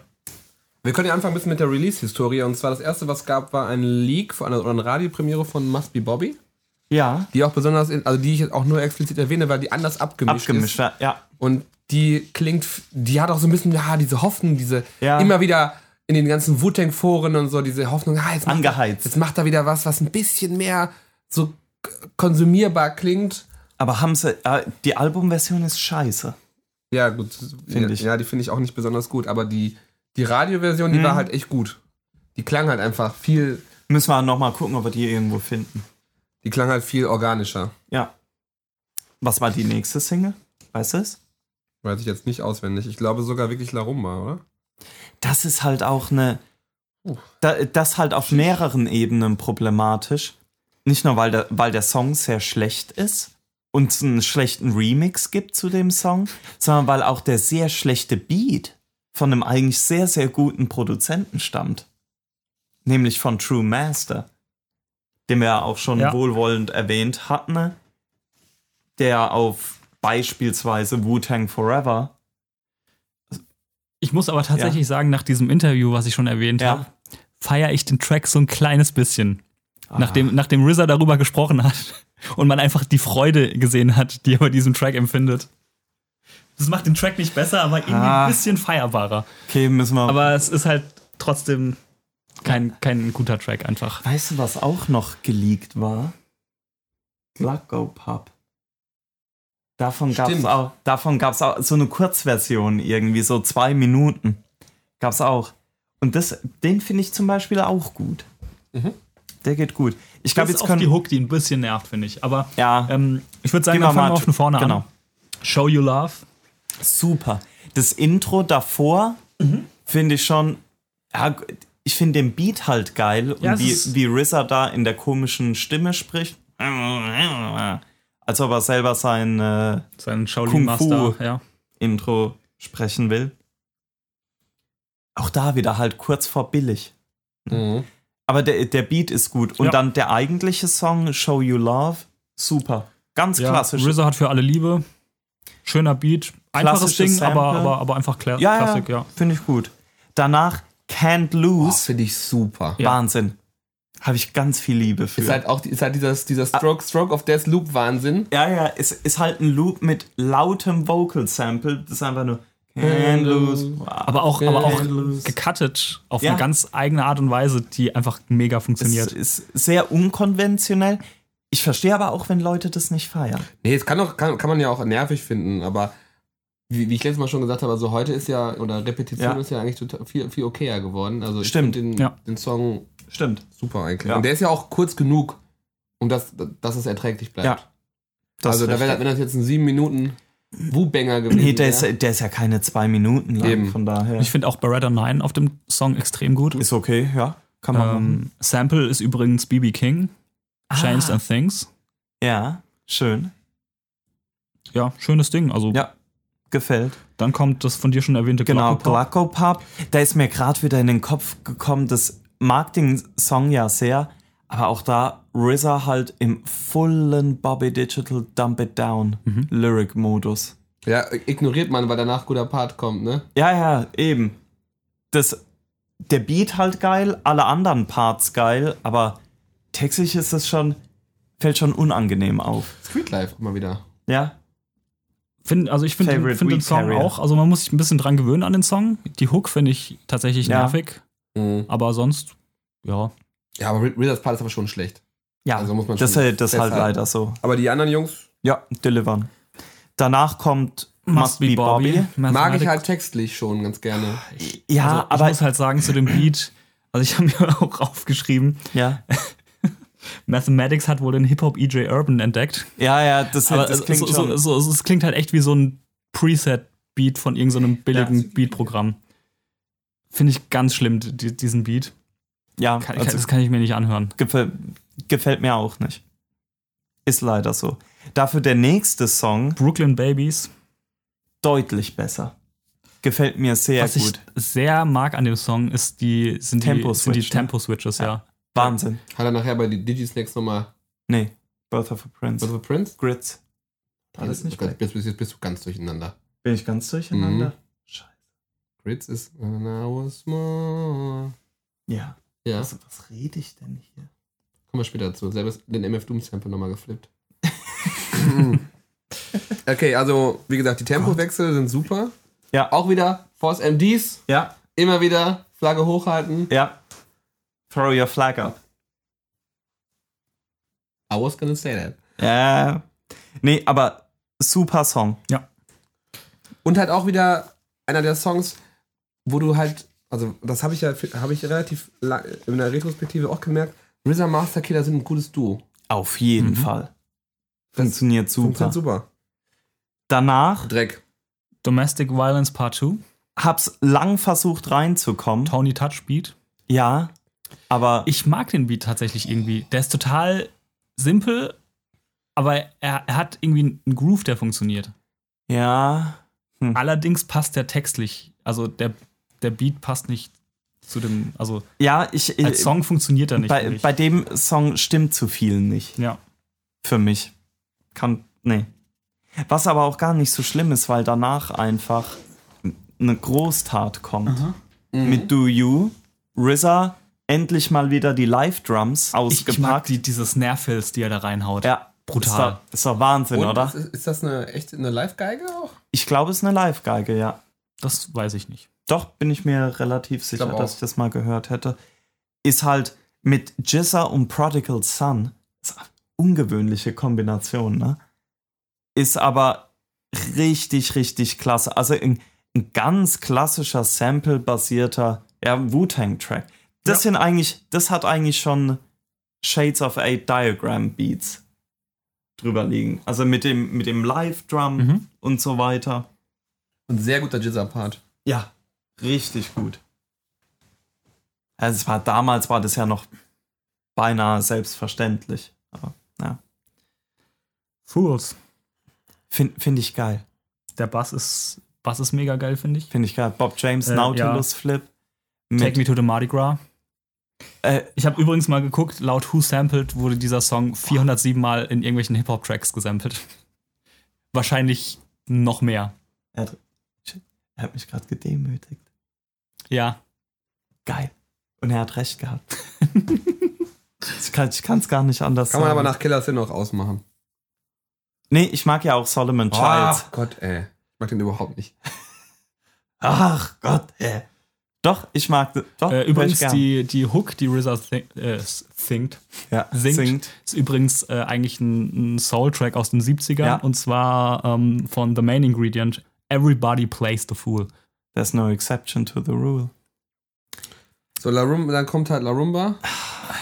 Wir können ja anfangen ein bisschen mit der Release-Historie. Und zwar das erste, was gab, war ein Leak von einer, oder eine Radiopremiere von Must Be Bobby.
Ja,
Die auch besonders, in, also die ich jetzt auch nur explizit erwähne, weil die anders abgemischt,
abgemischt,
ist.
ja, ja.
Und die klingt, f- die hat auch so ein bisschen, ja, diese Hoffnung, diese
Ja.
immer wieder in den ganzen Wu-Tang-Foren und so, diese Hoffnung, ah, jetzt macht,
Angeheizt.
jetzt macht er wieder was, was ein bisschen mehr so k- konsumierbar klingt.
Aber haben sie, äh, die Albumversion ist scheiße.
Ja, gut.
Find
ja,
ich.
ja, die finde ich auch nicht besonders gut, aber die, die Radioversion, die war halt echt gut. Die klang halt einfach viel,
Müssen wir nochmal gucken, ob wir die irgendwo finden.
die klang halt viel organischer.
Ja. Was war die nächste Single? Weißt du es?
Weiß ich jetzt nicht auswendig. Ich glaube sogar wirklich La Rumba, oder?
Das ist halt auch eine.
Uh.
Da, das halt auf mehreren Ebenen problematisch. Nicht nur, weil der, weil der Song sehr schlecht ist und es einen schlechten Remix gibt zu dem Song, sondern weil auch der sehr schlechte Beat von einem eigentlich sehr, sehr guten Produzenten stammt. Nämlich von True Master, den wir ja auch schon
Ja.
wohlwollend erwähnt hatten, der auf beispielsweise Wu-Tang Forever
Ich muss aber tatsächlich sagen, nach diesem Interview, was ich schon erwähnt
Ja.
habe, feiere ich den Track so ein kleines bisschen.
Ah.
Nachdem, nachdem RZA darüber gesprochen hat und man einfach die Freude gesehen hat, die er bei diesem Track empfindet. Das macht den Track nicht besser, aber irgendwie
Ah.
ein bisschen feierbarer.
Okay, müssen wir.
Aber es ist halt trotzdem kein, kein guter Track einfach.
Weißt du, was auch noch geleakt war? Glocko Pub. Davon gab es
Stimmt.
auch, davon gab's auch so eine Kurzversion irgendwie, so zwei Minuten. Gab's auch. Und das, den finde ich zum Beispiel auch gut. Der geht gut. Ich glaube,
Mhm. Das ist
jetzt
auch die
können.
Hook, die ein bisschen nervt, finde ich. Aber
Ja.
ähm, ich würde sagen,
Gehen
wir
wir mal
fangen
t-
auf von vorne
genau.
an. Show You Love.
Super. Das Intro davor finde ich schon. Ja, ich finde den Beat halt geil
Ja, es
und wie,
ist-
wie RZA da in der komischen Stimme spricht. Als ob er selber sein äh,
Sein Shaolin
Kung Fu.
Master. Ja.
Intro sprechen will. Auch da wieder halt kurz vor billig.
Mhm.
Aber der, der Beat ist gut. Und
Ja.
dann der eigentliche Song, Show You Love, super. Ganz
Ja,
klassisch.
RZA hat für alle Liebe. Schöner Beat. Einfaches
Klassisches
Ding, aber,
Sample.
aber, aber einfach Kla
ja,
Klassik,
ja.
ja.
Finde ich gut. Danach Can't
Das
Lose.
finde ich super.
ja.
Wahnsinn. Habe ich ganz viel Liebe für.
Ist halt auch die- ist halt dieser, dieser Stroke, Stroke of Death Loop Wahnsinn.
ja, ja, es ist halt ein Loop mit lautem Vocal Sample. Das ist einfach nur Can't Lose.
Aber auch, aber auch
Endlos.
gecuttet auf
Äh, Ja.
eine ganz eigene Art und Weise, die einfach mega
Es
funktioniert.
ist sehr unkonventionell. Ich verstehe aber auch, wenn Leute das nicht feiern.
Nee, es kann, auch, kann, kann man ja auch nervig finden, aber wie, wie ich letztes Mal schon gesagt habe, also heute ist ja, oder Repetition
Ja.
ist ja eigentlich total, viel, viel okayer geworden. Also ich
Stimmt,
finde den,
ja.
den Song
Stimmt.
super eigentlich.
Ja.
Und der ist ja auch kurz genug, um dass, dass es erträglich bleibt.
Ja. Das
also da
ist
wär,
richtig.
wenn das jetzt ein sieben Minuten Wu-Banger gewesen
Nee, der ist,
wäre.
der ist ja keine zwei Minuten lang,
Eben.
von daher.
Ich finde auch Beretta 9 auf dem Song extrem gut.
ist okay, ja. Ah. Kann man.
ähm, Sample ist übrigens BB King. Chains and Things.
ja, schön.
Ja, schönes Ding. Also
Ja. Gefällt.
dann kommt das von dir schon erwähnte
Genau,
Glockenpop.
Glacko Pub. Da ist mir gerade wieder in den Kopf gekommen, das mag den Song ja sehr, aber auch da RZA halt im vollen Bobby Digital Dump It Down Lyric Modus.
ja, ignoriert man, weil danach guter Part kommt, ne?
Ja, ja, eben. Das, der Beat halt geil, alle anderen Parts geil, aber textlich ist es schon, fällt schon unangenehm auf.
Streetlife mal wieder.
Ja,
Find, also ich finde den,
Favorite
find den
Weed
Song
Carrier.
auch, also man muss sich ein bisschen dran gewöhnen an den Song. Die Hook finde ich tatsächlich
Ja.
nervig,
Mhm.
aber sonst, ja.
Ja, aber Rizzas Part ist aber schon schlecht.
ja.
Also muss man
das
schon-
halt, das halt
deshalb.
leider so.
Aber die anderen Jungs
Ja, delivern. Danach kommt Must, Be Bobby.
mag ich halt textlich schon ganz gerne.
Ah, Ja,
aber ich
aber
muss halt sagen, zu dem Beat, also ich habe mir auch aufgeschrieben,
ja,
Mathematics hat wohl den Hip-Hop EJ Urban entdeckt.
ja, ja, das,
Aber
das
es-
klingt
so,
schon.
so, so, so, es klingt halt echt wie so ein Preset-Beat von irgendeinem billigen Beat-Programm. Finde ich ganz schlimm, die, diesen Beat.
ja,
Kann,
also
das kann ich mir nicht anhören.
gefällt, gefällt mir auch nicht. Ist leider so. Dafür der nächste Song
Brooklyn Babies,
deutlich besser. Gefällt mir sehr
was
gut.
ich sehr mag an dem Song, ist die, sind die,
Tempo-Switch,
sind die
ne?
Tempo-Switches, ja.
Wahnsinn.
Hat er nachher bei den Digisnacks nochmal
Nee, Birth of a Prince.
Birth of a Prince?
Grids. Alles nicht
jetzt, jetzt bist du ganz durcheinander.
Bin ich ganz durcheinander? Scheiße.
Ritz ist When I was small.
Ja.
Ja,
Was, was rede ich denn hier?
kommen wir später dazu. Selbst den MF Doom Sample nochmal geflippt.
Okay, also wie gesagt, die Tempowechsel sind super.
Auch wieder Force MDs,
Ja,
immer wieder Flagge hochhalten.
ja. Throw your flag up.
I was gonna say that.
Ja. Nee, aber super Song.
Und halt auch wieder einer der Songs, wo du halt, also das habe ich ja habe ich relativ lang, in der Retrospektive auch gemerkt, RZA Master Killer sind ein gutes Duo.
Auf
Mhm.
jeden Fall. Funktioniert super.
Funktioniert super.
Danach
Dreck.
Domestic Violence Part 2,
hab's lang versucht reinzukommen.
Tony Touch Beat.
Ja, aber
Ich mag den Beat tatsächlich irgendwie. Der ist total simpel, aber er, er hat irgendwie einen Groove, der funktioniert.
ja,
Allerdings passt der textlich. Also der, der Beat passt nicht zu dem. Also
ja, ich
als Song funktioniert er nicht.
Äh, bei,
finde ich.
bei dem Song stimmt zu viel nicht
ja.
für mich. Kann nee. Was aber auch gar nicht so schlimm ist, weil danach einfach eine Großtat kommt. Mit Do You, RZA endlich mal wieder die Live
Ich, ich
Drums
mag
ausgepackt.
die, diese Snare-Fills, die er da reinhaut.
ja,
brutal.
Ist doch, ist doch Wahnsinn,
Und
oder?
Ist, ist das eine echt eine Live-Geige auch?
Ich glaube, es ist eine Live Geige, ja.
Das weiß ich nicht.
Doch, bin ich mir relativ sicher,
glaub auch.
dass ich das mal gehört hätte. Ist halt mit Jizza und Prodigal Son. Ist eine ungewöhnliche Kombination, ne? Ist aber richtig, richtig klasse. Also ein, ein ganz klassischer Sample-basierter ja, Wu-Tang-Track. Das sind eigentlich, das hat eigentlich schon Shades of Eight Diagram Beats drüber liegen. Also mit dem, mit dem Live-Drum
Mhm.
und so weiter.
Und sehr guter Jizzer-Part.
Ja, richtig gut. Also es war damals war das ja noch beinahe selbstverständlich. Aber ja,
Fools.
finde find ich geil.
Der Bass ist, Bass ist mega geil, finde ich.
Finde ich geil. Bob James
Äh,
Nautilus Flip.
Take
Mit,
Me to the Mardi Gras.
äh,
Ich habe übrigens mal geguckt, laut Who Sampled wurde dieser Song 407 Mal in irgendwelchen Hip-Hop-Tracks gesampelt. Wahrscheinlich noch mehr.
er, er hat mich gerade gedemütigt.
Ja.
Geil. Und er hat recht gehabt. ich kann es gar nicht anders
Kann man
sagen.
aber nach Killer Sin auch ausmachen.
nee, ich mag ja auch Solomon Childs.
oh
Ach Gott, ey. Ich mag den überhaupt nicht.
Ach Gott, ey. Doch, ich mag doch, hör
Äh,
ich
übrigens,
gern.
die, die Hook, die RZA thi- äh, s- singt,
ja,
singt,
singt.
ist übrigens äh, eigentlich ein, ein Soul-Track aus den 70ern
Ja.
und zwar ähm, von The Main Ingredient, Everybody Plays the Fool.
There's no exception to the rule.
So, La Rumba, dann kommt halt La Rumba.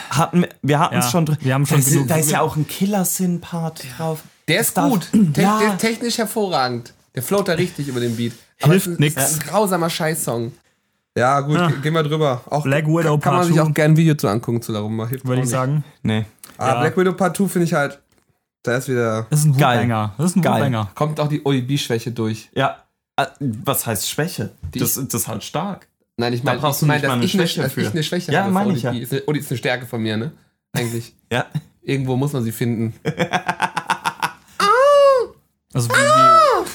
Hatten, wir- wir hatten es
Ja,
schon drin.
wir haben schon
da, ist,
genug-
da ist ja auch ein Killer-Sin-Part drauf.
Der ist
darf-
gut. Te
Ja.
Der ist technisch hervorragend. Der float da richtig über den Beat.
Hilft
es ist-
nix.
es ist Ein grausamer Scheißsong.
Ja, gut, ge- gehen wir drüber. Auch
Black Widow
kann man
Part
sich auch
2,
gerne ein Video zu angucken zu La Rumba. Hilft
würde
auch nicht.
ich sagen.
Oh, Nee.
Ah,
Ja.
Black Widow Part 2 finde ich halt, da ist wieder.
Das ist ein
Geil.
Wutbanger. Das ist ein
Geil.
Wutbanger.
Kommt auch die OEB-Schwäche durch.
Ja. Ah, Was heißt Schwäche? Das, das ist halt stark.
Nein, ich
Da
meine,
brauchst du nicht mal
dass
eine
ich eine,
Schwäche
dass
für.
ich eine Schwäche
Ja,
habe. für
meine ich
ODB.
ja.
Ist eine, ODB oh, ist eine Stärke von mir, ne? Eigentlich.
Ja.
Irgendwo muss man sie finden.
Also wie,
Ah!
wie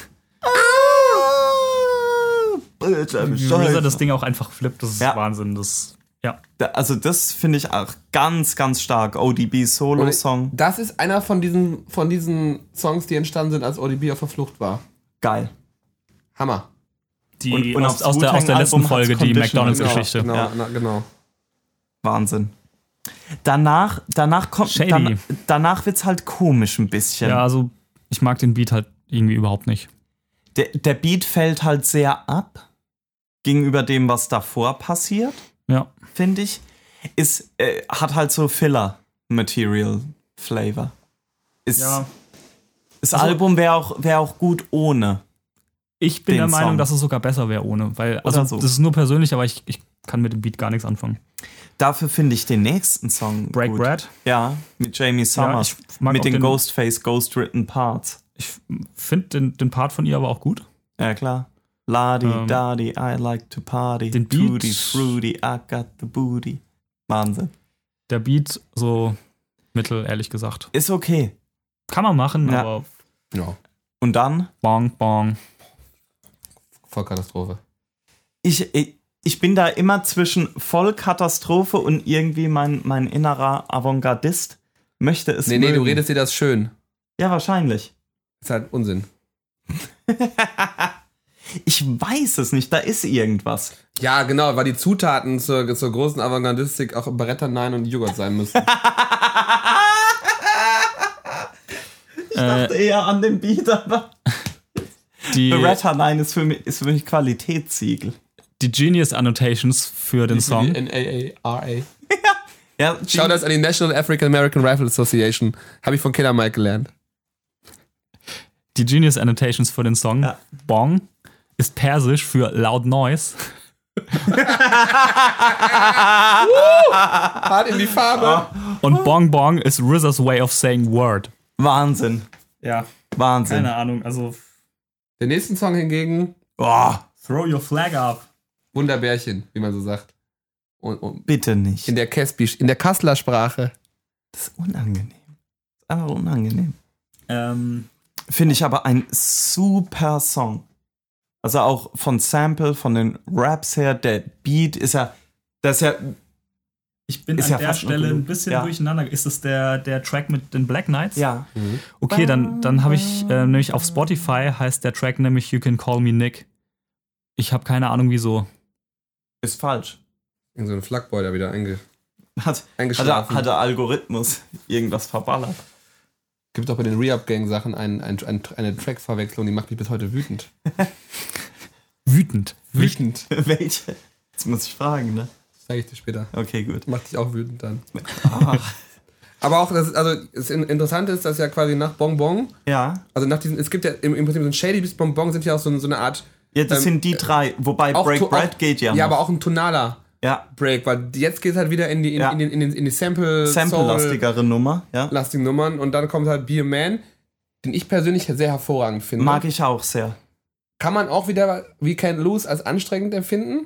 RZA das Ding auch einfach flippt, das ist
Ja.
Wahnsinn. Das, ja.
Da- Also das finde ich auch ganz, ganz stark. ODB Solo-Song.
Das ist einer von diesen, von diesen Songs, die entstanden sind, als ODB auf der Flucht war.
Geil.
Hammer.
Die
Und- und
aus,
aufs
aus, der, aus der letzten
Wu-Tang-Album
Folge,
hat's
die
Condition
McDonalds-Geschichte.
Genau,
Ja.
na, genau.
Wahnsinn. Danach, danach kommt.
Shady.
Dann, danach wird es halt komisch ein bisschen.
Ja, also ich mag den Beat halt irgendwie überhaupt nicht.
Der, der Beat fällt halt sehr ab gegenüber dem, was davor passiert.
Ja.
finde ich, ist, äh, hat halt so Filler-Material-Flavor. Ist, Das
also
Album wäre auch, wär auch gut ohne.
Ich bin
Den
der Meinung,
Song.
dass es sogar besser wäre ohne. Weil, also
Oder so.
das ist nur persönlich, aber ich, ich kann mit dem Beat gar nichts anfangen.
Dafür finde ich den nächsten Song.
Break
gut.
Bread.
Ja, mit Jamie Summers.
ich mag auch
mit den,
den-
Ghostface Ghostwritten Parts.
Ich finde den, den Part von ihr aber auch gut.
Ja, klar. Ladi,
Ähm,
dadi, I like to party.
den Beat-
Tutti fruity, I got the booty. Wahnsinn.
Der Beat so mittel, ehrlich gesagt.
Ist okay.
Kann man machen,
Ja.
aber
Ja,
Und dann
bong, bong.
voll Katastrophe.
ich, ich- ich bin da immer zwischen Vollkatastrophe und irgendwie mein, mein innerer Avantgardist möchte es
Nee, nee, du
mögen.
redest dir das schön.
Ja, wahrscheinlich.
Ist halt Unsinn.
Ich weiß es nicht, da ist irgendwas.
Ja, genau, weil die Zutaten zur, zur großen Avantgardistik auch Beretta 9 und Joghurt sein müssen.
Ich dachte eher an den Beat, aber
Äh, Die,
Beretta 9 ist für mich, ist für mich Qualitätssiegel.
die Genius Annotations für den Song.
N-A-A-R-A.
Ja,
Schau das an die National African American Rifle Association. Habe ich von Killer Mike gelernt.
Die Genius Annotations für den Song
Ja.
Bong ist persisch für Loud Noise.
Hart in die
Ah.
Farbe.
Und Bong Bong ist RZA's way of saying word.
Wahnsinn.
Ja,
Wahnsinn.
Ahnung. Also,
Den nächsten Song hingegen,
Oh.
Boah,
throw your flag up.
Wunderbärchen, wie man so sagt. Und, und
bitte nicht.
in der Caspi, in der Kasseler Sprache.
Das ist unangenehm. Das ist einfach unangenehm.
Ähm,
Finde ich aber ein super Song. Also auch von Sample, von den Raps her, der Beat ist ja, das ist ja,
ich bin
Ist
an
ja
der
fast
Stelle
ungenug.
ein bisschen
Ja.
durcheinander. Ist das der, der Track mit den Black Knights?
ja,
Okay, dann, dann habe ich äh, nämlich auf Spotify heißt der Track nämlich You Can Call Me Nick. Ich habe keine Ahnung wieso.
ist falsch.
In so einen Flakboy da wieder einge.
Hat, hat, der,
Eingeschlafen.
hat der Algorithmus irgendwas verballert.
Gibt auch bei den Re-Up-Gang-Sachen ein, ein, ein, eine Track-Verwechslung, die macht mich bis heute wütend.
Wütend.
Wütend.
Welche? Jetzt muss ich fragen, ne?
Das zeige ich dir später.
Okay, gut.
Macht dich auch wütend dann. Aber auch, das, also, das Interessante ist, dass ja quasi nach Bonbon,
Ja.
also nach diesen, es gibt ja im, im Prinzip so ein Shady bis Bonbon sind ja auch so, so eine Art.
Ja, das
Ähm,
sind die drei. Wobei
Auch to-
Break Bread
auch,
geht ja.
Ja,
noch.
aber auch ein tonaler
ja.
Break, weil jetzt geht es halt wieder in die, in,
Ja.
in, den- in, den- in die Sample,
Sample-lastigere Nummer. Ja.
lastigen Nummern und dann kommt halt Be a Man, den ich persönlich sehr hervorragend finde.
Mag ich auch sehr.
Kann man auch wieder We Can't Lose als anstrengend empfinden?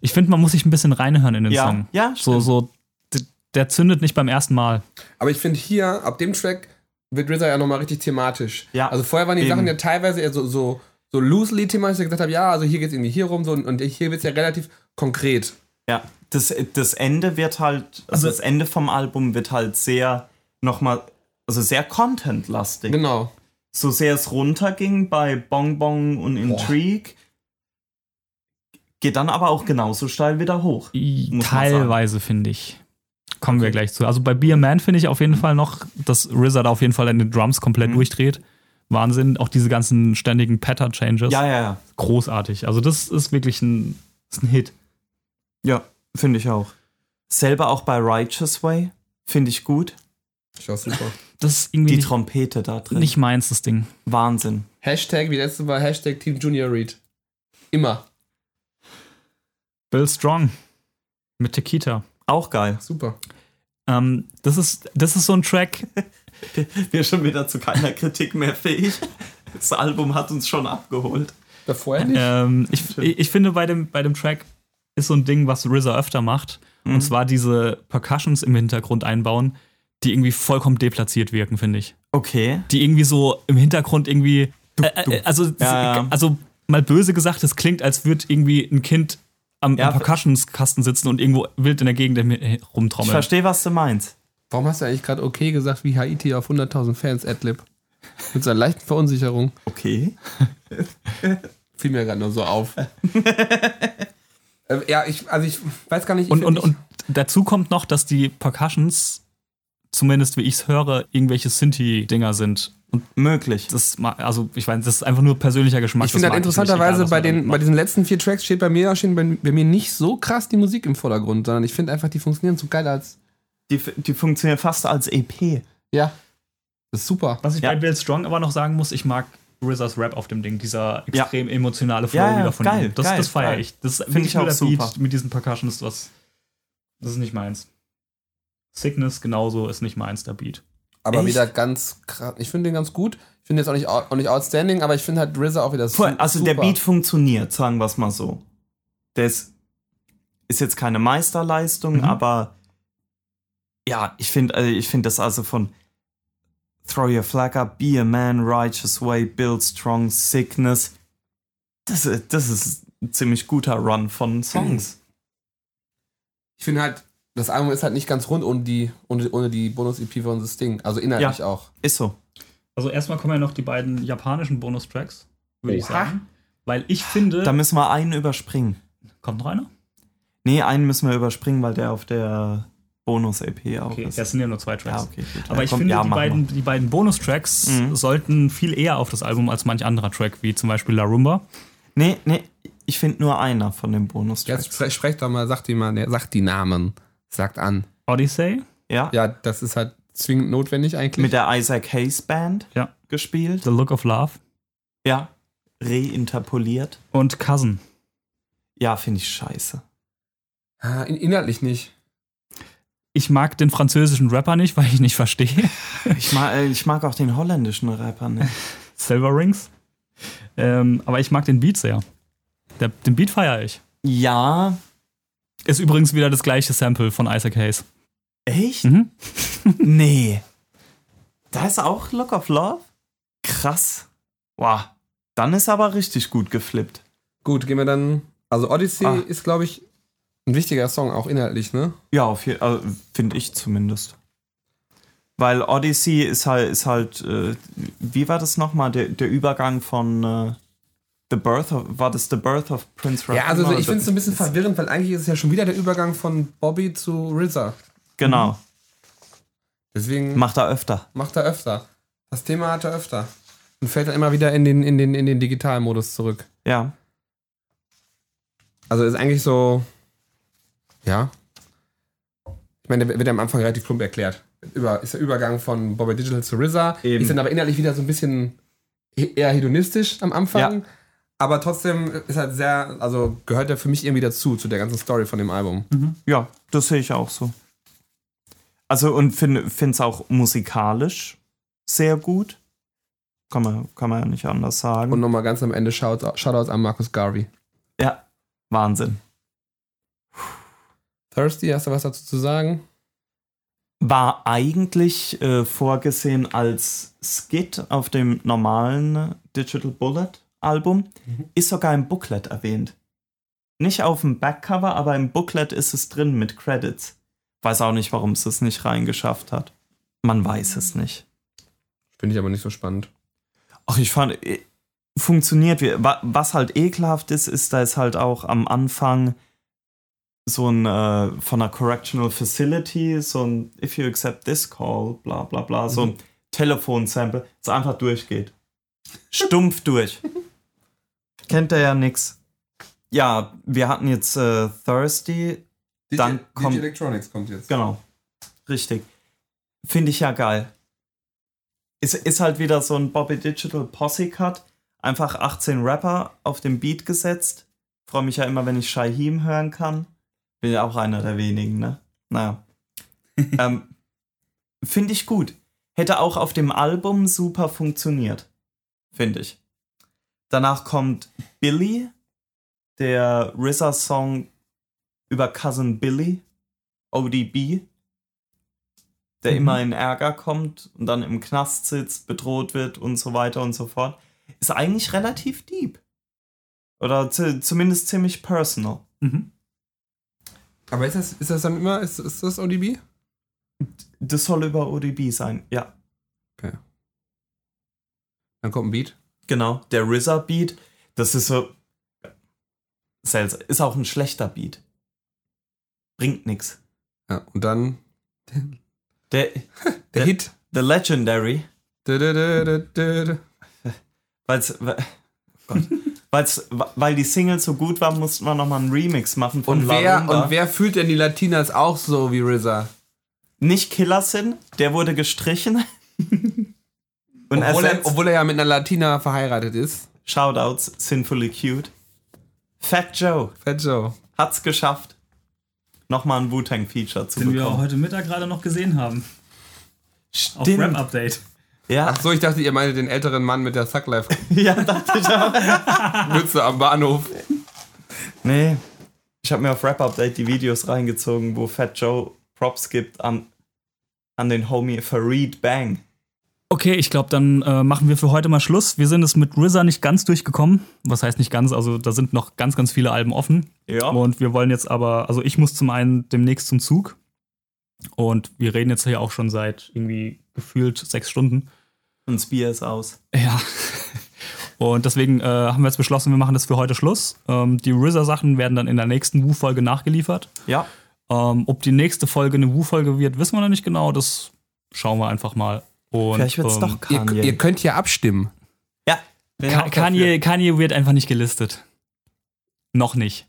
Ich finde, man muss sich ein bisschen reinhören in den
Ja.
Song.
Ja,
So,
stimmt.
so, d- der zündet nicht beim ersten Mal.
Aber ich finde hier, ab dem Track, wird RZA ja nochmal richtig thematisch.
Ja,
Also vorher waren die
eben.
Sachen ja teilweise eher so, so, so loosely thematisch, dass ich gesagt habe, ja, also hier geht es irgendwie hier rum so, und, und hier wird es ja relativ konkret.
Ja. Das, das Ende wird halt, also das Ende vom Album wird halt sehr nochmal, also sehr content-lastig.
Genau.
So sehr es runterging bei Bong Bong und Intrigue, geht dann aber auch genauso steil wieder hoch. man sagen.
Teilweise, finde ich. Kommen wir gleich zu. Also bei Be a Man finde ich auf
Mhm.
jeden Fall noch, dass RZA da auf jeden Fall in den Drums komplett durchdreht. Wahnsinn. Auch diese ganzen ständigen Pattern-Changes.
Ja, ja, ja.
Großartig. Also das ist wirklich ein, ist ein Hit.
Ja, finde ich auch. Selber auch bei Righteous Way, finde ich gut.
Ich auch super.
Das ist irgendwie
Die
nicht,
Trompete da drin.
nicht meins, das Ding.
Wahnsinn.
Hashtag, wie letztes Mal, Hashtag Team Junior Read. Immer.
Bill Strong mit Tequita.
Auch geil.
Super.
Ähm, das, ist, das ist so ein Track.
Wir schon wieder zu keiner Kritik mehr fähig. Das Album hat uns schon abgeholt.
Davor nicht.
Ähm, ich, ich ich finde, bei dem, bei dem Track ist so ein Ding, was RZA öfter macht.
Mhm.
Und zwar diese Percussions im Hintergrund einbauen, die irgendwie vollkommen deplatziert wirken, finde ich.
Okay.
Die irgendwie so im Hintergrund irgendwie. Äh, äh, also,
Ja, ja.
also mal böse gesagt, es klingt, als würde irgendwie ein Kind am,
Ja,
am Percussionskasten sitzen und irgendwo wild in der Gegend äh,
Ich
rumtrommeln.
verstehe, was du meinst.
Warum hast du eigentlich gerade okay gesagt, wie Haiti auf 100.000 Fans Adlib? Mit so einer leichten Verunsicherung.
Okay.
Fiel mir gerade nur so auf. Äh, ja, ich, also ich weiß gar nicht. ich
Und,
find-
und, und dazu kommt noch, dass die Percussions, zumindest wie ich es höre, irgendwelche Synthi-Dinger sind. Und
Möglich.
das, ma- also ich meine, das ist einfach nur persönlicher Geschmack.
Ich finde
das
halt
mag nicht,
interessanterweise
egal, was
bei,
man damit
den, bei
macht.
diesen letzten vier Tracks steht bei mir, steht bei, bei mir nicht so krass die Musik im Vordergrund, sondern ich finde einfach, die funktionieren so geil als.
Die, die funktionieren fast als E EP.
Ja. Das ist super.
Was ich
Ja.
bei Bill Strong aber noch sagen muss, ich mag RZA's Rap auf dem Ding, dieser extrem emotionale Flow
Ja, ja,
wieder von
geil,
ihm. Das,
geil,
das feiere
geil.
ich. Das
Finde ich auch super.
mit diesen Percussions, was, das ist nicht meins. Sickness genauso ist nicht meins, der Beat.
Aber
Echt?
wieder ganz krass. Ich finde den ganz gut. Ich finde jetzt auch nicht, au- auch nicht outstanding, aber ich finde halt RZA auch wieder su-
Voll, also der
super.
Beat funktioniert, sagen wir es mal so. Der ist, ist jetzt keine
Mhm.
Meisterleistung, aber ja, ich finde also ich find das also von Throw Your Flag Up, Be a Man, Righteous Way, Build Strong, Sickness. Das, ist- das ist ein ziemlich guter Run von Songs.
Mhm.
Ich finde halt, das Album ist halt nicht ganz rund ohne die, ohne, ohne die Bonus-EP von das Ding. Also inhaltlich auch.
Ist so.
Also erstmal kommen ja noch die beiden japanischen Bonustracks, würde ich sagen. Weil ich finde.
Da müssen wir einen überspringen.
kommt noch einer?
Nee, einen müssen wir überspringen, weil der auf der Bonus-EP auch
Okay,
ist.
das sind ja nur zwei
Oh, ja,
Tracks.
okay, gut.
Aber
Ja,
ich
komm,
finde,
ja,
die,
machen wir.
beiden, die beiden Bonustracks sollten viel eher auf das Album als manch anderer Track, wie zum Beispiel La Rumba.
Nee, nee, ich finde nur einer von den Bonus-Tracks.
Jetzt spre sprecht doch mal, sagt die mal, ne, sagt die Namen. Sagt an.
Odyssey.
Ja,
Ja, das ist halt zwingend notwendig eigentlich.
mit der Isaac Hayes Band
Ja.
gespielt.
The Look of Love.
Ja, reinterpoliert.
Und Cousin.
Ja, finde ich scheiße.
Ah, in- inhaltlich nicht.
Ich mag den französischen Rapper nicht, weil ich nicht verstehe.
Ich mag, äh, ich mag auch den holländischen Rapper nicht.
Silver Rings. Ähm, aber ich mag den Beat sehr. Der, den Beat feiere ich.
Ja,
Ist übrigens wieder das gleiche Sample von Isaac Hayes.
echt?
Mhm.
Nee. Da ist auch Lock of Love? Krass. Wow. Dann ist aber richtig gut geflippt.
Gut, gehen wir dann. Also Odyssey
Ah.
ist, glaube ich, ein wichtiger Song, auch inhaltlich, ne?
Ja, auf jeden Fall. Finde ich zumindest. Weil Odyssey ist halt, ist halt äh, wie war das nochmal? Der, der Übergang von äh, The Birth of, war das The Birth of Prince Rap?
Ja, also ich finde es ein bisschen verwirrend, weil eigentlich ist es ja schon wieder der Übergang von Bobby zu RZA.
Genau,
Deswegen
macht er öfter.
macht er öfter. Das Thema hat er öfter. Und fällt dann immer wieder in den, in den, in den Digitalmodus zurück.
Ja.
Also ist eigentlich so. Ja. Ich meine, der wird ja am Anfang relativ plump erklärt. Über, ist der Übergang von Bobby Digital zu RZA.
Eben.
Ist dann aber inhaltlich wieder so ein bisschen he- eher hedonistisch am Anfang. Aber trotzdem ist halt sehr, also gehört er für mich irgendwie dazu, zu der ganzen Story von dem Album.
Ja, das sehe ich auch so. Also und finde es auch musikalisch sehr gut. Kann man, kann man ja nicht anders sagen.
Und nochmal ganz am Ende Shoutout, Shoutout an Marcus Garvey.
ja, Wahnsinn.
Thirsty, hast du was dazu zu sagen?
War eigentlich äh, vorgesehen als Skit auf dem normalen Digital Bullet Album. Ist sogar im Booklet erwähnt. Nicht auf dem Backcover, aber im Booklet ist es drin mit Credits. Weiß auch nicht, warum es es nicht reingeschafft hat. Man weiß es nicht.
Finde ich aber nicht so spannend.
Ach, ich fand, eh, funktioniert. wie- wa- Was halt ekelhaft ist, ist, da ist halt auch am Anfang so ein äh, von einer Correctional Facility, so ein If you accept this call, bla bla bla, so ein Telefonsample, das einfach durchgeht. Stumpf durch. Kennt er ja nix. Ja, wir hatten jetzt äh, Thirsty, Dann kommt-
Electronics kommt jetzt.
Genau. Richtig. Finde ich ja geil. Ist, ist halt wieder so ein Bobby Digital Posse Cut. Einfach 18 Rapper auf den Beat gesetzt. Freue mich ja immer, wenn ich Shaheem hören kann. Bin ja auch einer der wenigen, ne? Naja. ähm, Finde ich gut. Hätte auch auf dem Album super funktioniert. Finde ich. Danach kommt Billy, der RZA-Song über Cousin Billy, ODB, der immer in Ärger kommt und dann im Knast sitzt, bedroht wird und so weiter und so fort, ist eigentlich relativ deep. Oder zu, zumindest ziemlich personal.
Mhm.
Aber ist das, ist das dann immer, ist, ist das ODB?
Das soll über ODB sein, ja.
Dann kommt ein Beat.
Genau, der RZA Beat, das ist so seltsam. Ist auch ein schlechter Beat. Bringt nix.
Ja, und dann
Der,
der
Ja.
Hit.
The Legendary,
Dö, dö, dö, dö, dö, dö.
weil's, we- oh Gott, weil's, weil die Single so gut war, mussten wir nochmal einen Remix machen von
Und
La
wer,
Rumba.
und wer fühlt denn die Latinas auch so wie RZA?
nicht Killer Sin, der wurde gestrichen. Und
Obwohl er,
ersetzt,
obwohl er ja mit einer Latina verheiratet ist.
Shoutouts, Sinfully Cute. Fat Joe
Fat Joe.
hat's geschafft, nochmal ein Wu-Tang-Feature zu
Den wir
bekommen.
heute Mittag gerade noch gesehen haben. Auf
Stimmt.
Rap-Update.
Ja,
Ach so, ich dachte, ihr meintet den älteren Mann mit der Sucklife-Mütze
ja, dachte ich auch.
am Bahnhof.
Nee, ich habe mir auf Rap Update die Videos reingezogen, wo Fat Joe Props gibt an, an den Homie Farid Bang.
Okay, ich glaube, dann äh, machen wir für heute mal Schluss. Wir sind es mit RZA nicht ganz durchgekommen. Was heißt nicht ganz? Also da sind noch ganz, ganz viele Alben offen.
Ja.
Und wir wollen jetzt aber, also ich muss zum einen demnächst zum Zug. Und wir reden jetzt hier auch schon seit irgendwie gefühlt sechs Stunden.
Und das Bier ist aus.
Ja. Und deswegen äh, haben wir jetzt beschlossen, wir machen das für heute Schluss. Ähm, die RZA-Sachen werden dann in der nächsten Wu-Folge nachgeliefert.
Ja.
Ähm, ob die nächste Folge eine Wu-Folge wird, wissen wir noch nicht genau. Das schauen wir einfach mal. Und,
Vielleicht wird es
ähm,
doch
Ihr,
Kanye.
ihr könnt ja abstimmen.
ja. bin
Ka
auch
Kanye, Kanye wird einfach nicht gelistet. Noch nicht.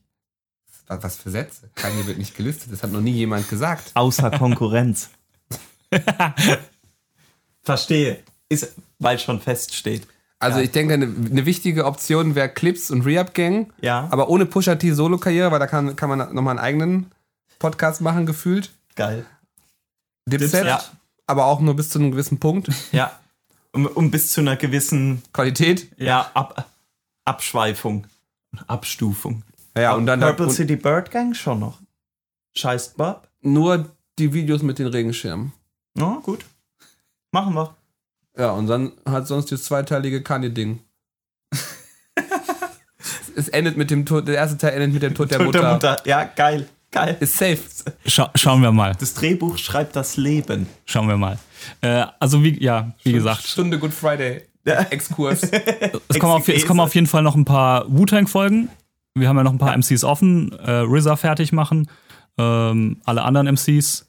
Was was für Sätze? Kanye wird nicht gelistet. Das hat noch nie jemand gesagt.
außer Konkurrenz. Verstehe. Ist, weil schon feststeht.
Also ich denke, eine, eine wichtige Option wäre Clips und Rehab-Gang.
Ja.
Aber ohne Pusha T Solo-Karriere, weil da kann, kann man nochmal einen eigenen Podcast machen, gefühlt.
Geil.
Dipset.
Ja.
Aber auch nur bis zu einem gewissen Punkt.
Ja. Um, um bis zu einer gewissen
Qualität.
ja, Ab, Abschweifung. Abstufung.
Ja, und dann
Purple
und
City Bird Gang schon noch. Scheiß Bob.
nur die Videos mit den Regenschirmen.
Na gut. Machen wir.
Ja, und dann hat sonst das zweiteilige Kanye-Ding. es endet mit dem Tod, der erste Teil endet mit dem Tod der,
Tod
Mutter.
Ja, geil. Geil.
Ist safe.
Scha schauen wir mal.
Das Drehbuch schreibt das Leben.
Schauen wir mal. Äh, also, wie, ja, wie gesagt,
Stunde Good Friday. Exkurs.
es kommen, auf, es kommen auf jeden Fall noch ein paar Wu-Tang-Folgen. Wir haben ja noch ein paar MCs offen. Äh, RZA fertig machen. Ähm, alle anderen MCs.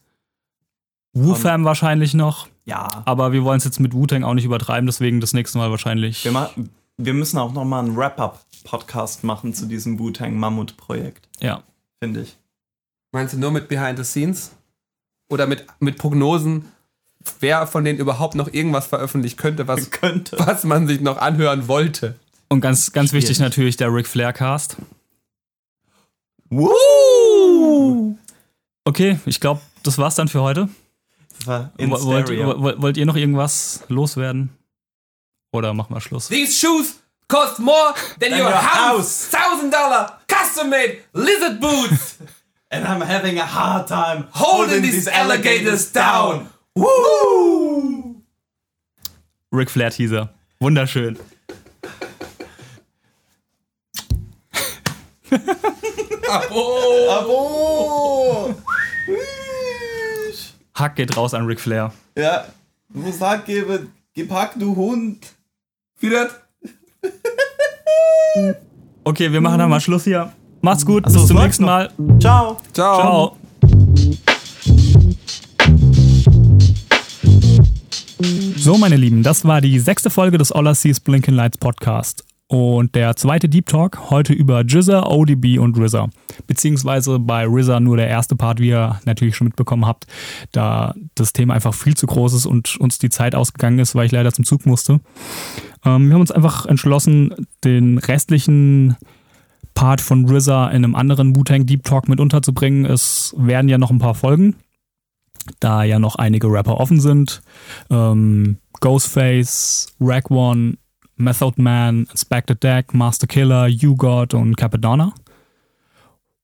Wu-Fam wahrscheinlich noch.
Ja.
Aber wir wollen es jetzt mit Wu-Tang auch nicht übertreiben. Deswegen das nächste Mal wahrscheinlich.
Wir, ma- wir müssen auch nochmal einen Wrap-Up-Podcast machen zu diesem Wu-Tang-Mammut-Projekt,
Ja.
finde ich.
Meinst du nur mit Behind the Scenes? Oder mit, mit Prognosen, wer von denen überhaupt noch irgendwas veröffentlicht könnte, was,
Könnte.
was man sich noch anhören wollte?
Und ganz, ganz wichtig natürlich der Ric Flair-Cast.
Woo!
Okay, ich glaube, das war's dann für heute.
Das war in
Wo- Wollt,
Stereo.
wo- wollt ihr noch irgendwas loswerden? Oder machen wir Schluss?
These shoes cost more than
your house.
Thousand Dollar custom made lizard boots.
And I'm having a hard time
holding these alligators down. Woo!
Ric Flair Teaser. Wunderschön.
Abo!
Hack geht raus an Ric Flair.
ja, du musst Hack geben. Gib Hack, du Hund.
Wieder.
Okay, wir machen dann mal Schluss hier. Macht's gut, bis zum nächsten Mal.
Ciao.
Ciao.
Ciao. So, meine Lieben, das war die sechste Folge des All I See is Blinking Lights Podcast. Und der zweite Deep Talk heute über Jizza, ODB und RZA. Beziehungsweise bei RZA nur der erste Part, wie ihr natürlich schon mitbekommen habt, da das Thema einfach viel zu groß ist und uns die Zeit ausgegangen ist, weil ich leider zum Zug musste. Ähm, wir haben uns einfach entschlossen, den restlichen Part von RZA in einem anderen Wu-Tang Deep Talk mit unterzubringen. Es werden ja noch ein paar Folgen, da ja noch einige Rapper offen sind. Ähm, Ghostface, Rack One, Method Man, Inspector Deck, Master Killer, You God und Capadonna.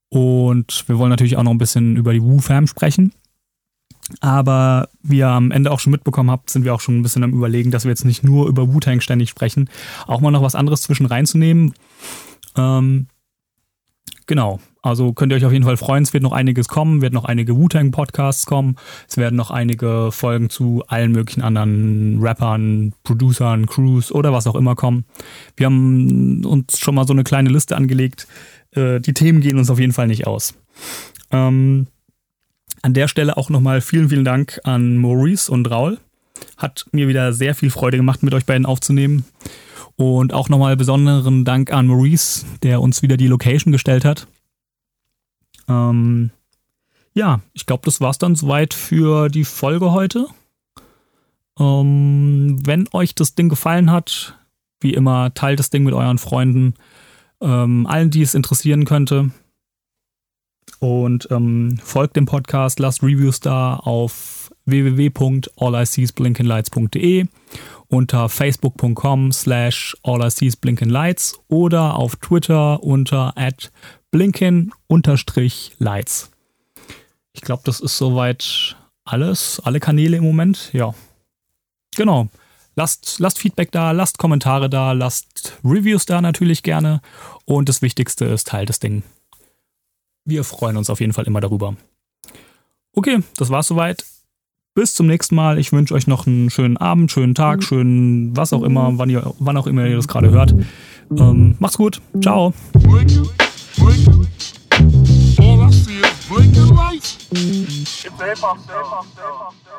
Und wir wollen natürlich auch noch ein bisschen über die Wu-Fam sprechen. Aber wie ihr am Ende auch schon mitbekommen habt, sind wir auch schon ein bisschen am Überlegen, dass wir jetzt nicht nur über Wu-Tang ständig sprechen, auch mal noch was anderes zwischen reinzunehmen, ähm, genau. Also könnt ihr euch auf jeden Fall freuen. Es wird noch einiges kommen, wird noch einige Wu-Tang-Podcasts kommen. Es werden noch einige Folgen zu allen möglichen anderen Rappern, Producern, Crews oder was auch immer kommen. Wir haben uns schon mal so eine kleine Liste angelegt. Äh, die Themen gehen uns auf jeden Fall nicht aus. Ähm, an der Stelle auch nochmal vielen, vielen Dank an Maurice und Raul. Hat mir wieder sehr viel Freude gemacht, mit euch beiden aufzunehmen. Und auch nochmal besonderen Dank an Maurice, der uns wieder die Location gestellt hat. Ähm, ja, ich glaube, das war's dann soweit für die Folge heute. Ähm, wenn euch das Ding gefallen hat, wie immer, teilt das Ding mit euren Freunden, ähm, allen, die es interessieren könnte. Und ähm, folgt dem Podcast, lasst Reviews da auf www.alliceesblinkenlights.de unter facebook.com slash alliceesblinkenlights oder auf Twitter unter at blinken-lights. Ich glaube, das ist soweit alles. Alle Kanäle im Moment, ja. Genau. Lasst, lasst Feedback da, lasst Kommentare da, lasst Reviews da natürlich gerne. Und das Wichtigste ist, teilt das Ding. Wir freuen uns auf jeden Fall immer darüber. Okay, das war's soweit. Bis zum nächsten Mal. Ich wünsche euch noch einen schönen Abend, schönen Tag, schönen was auch immer, wann, ihr, wann auch immer ihr das gerade hört. Ähm, macht's gut. Ciao.
Blinking, blinking. All I see is blinking lights. It's hip hop, hip hop, hip hop.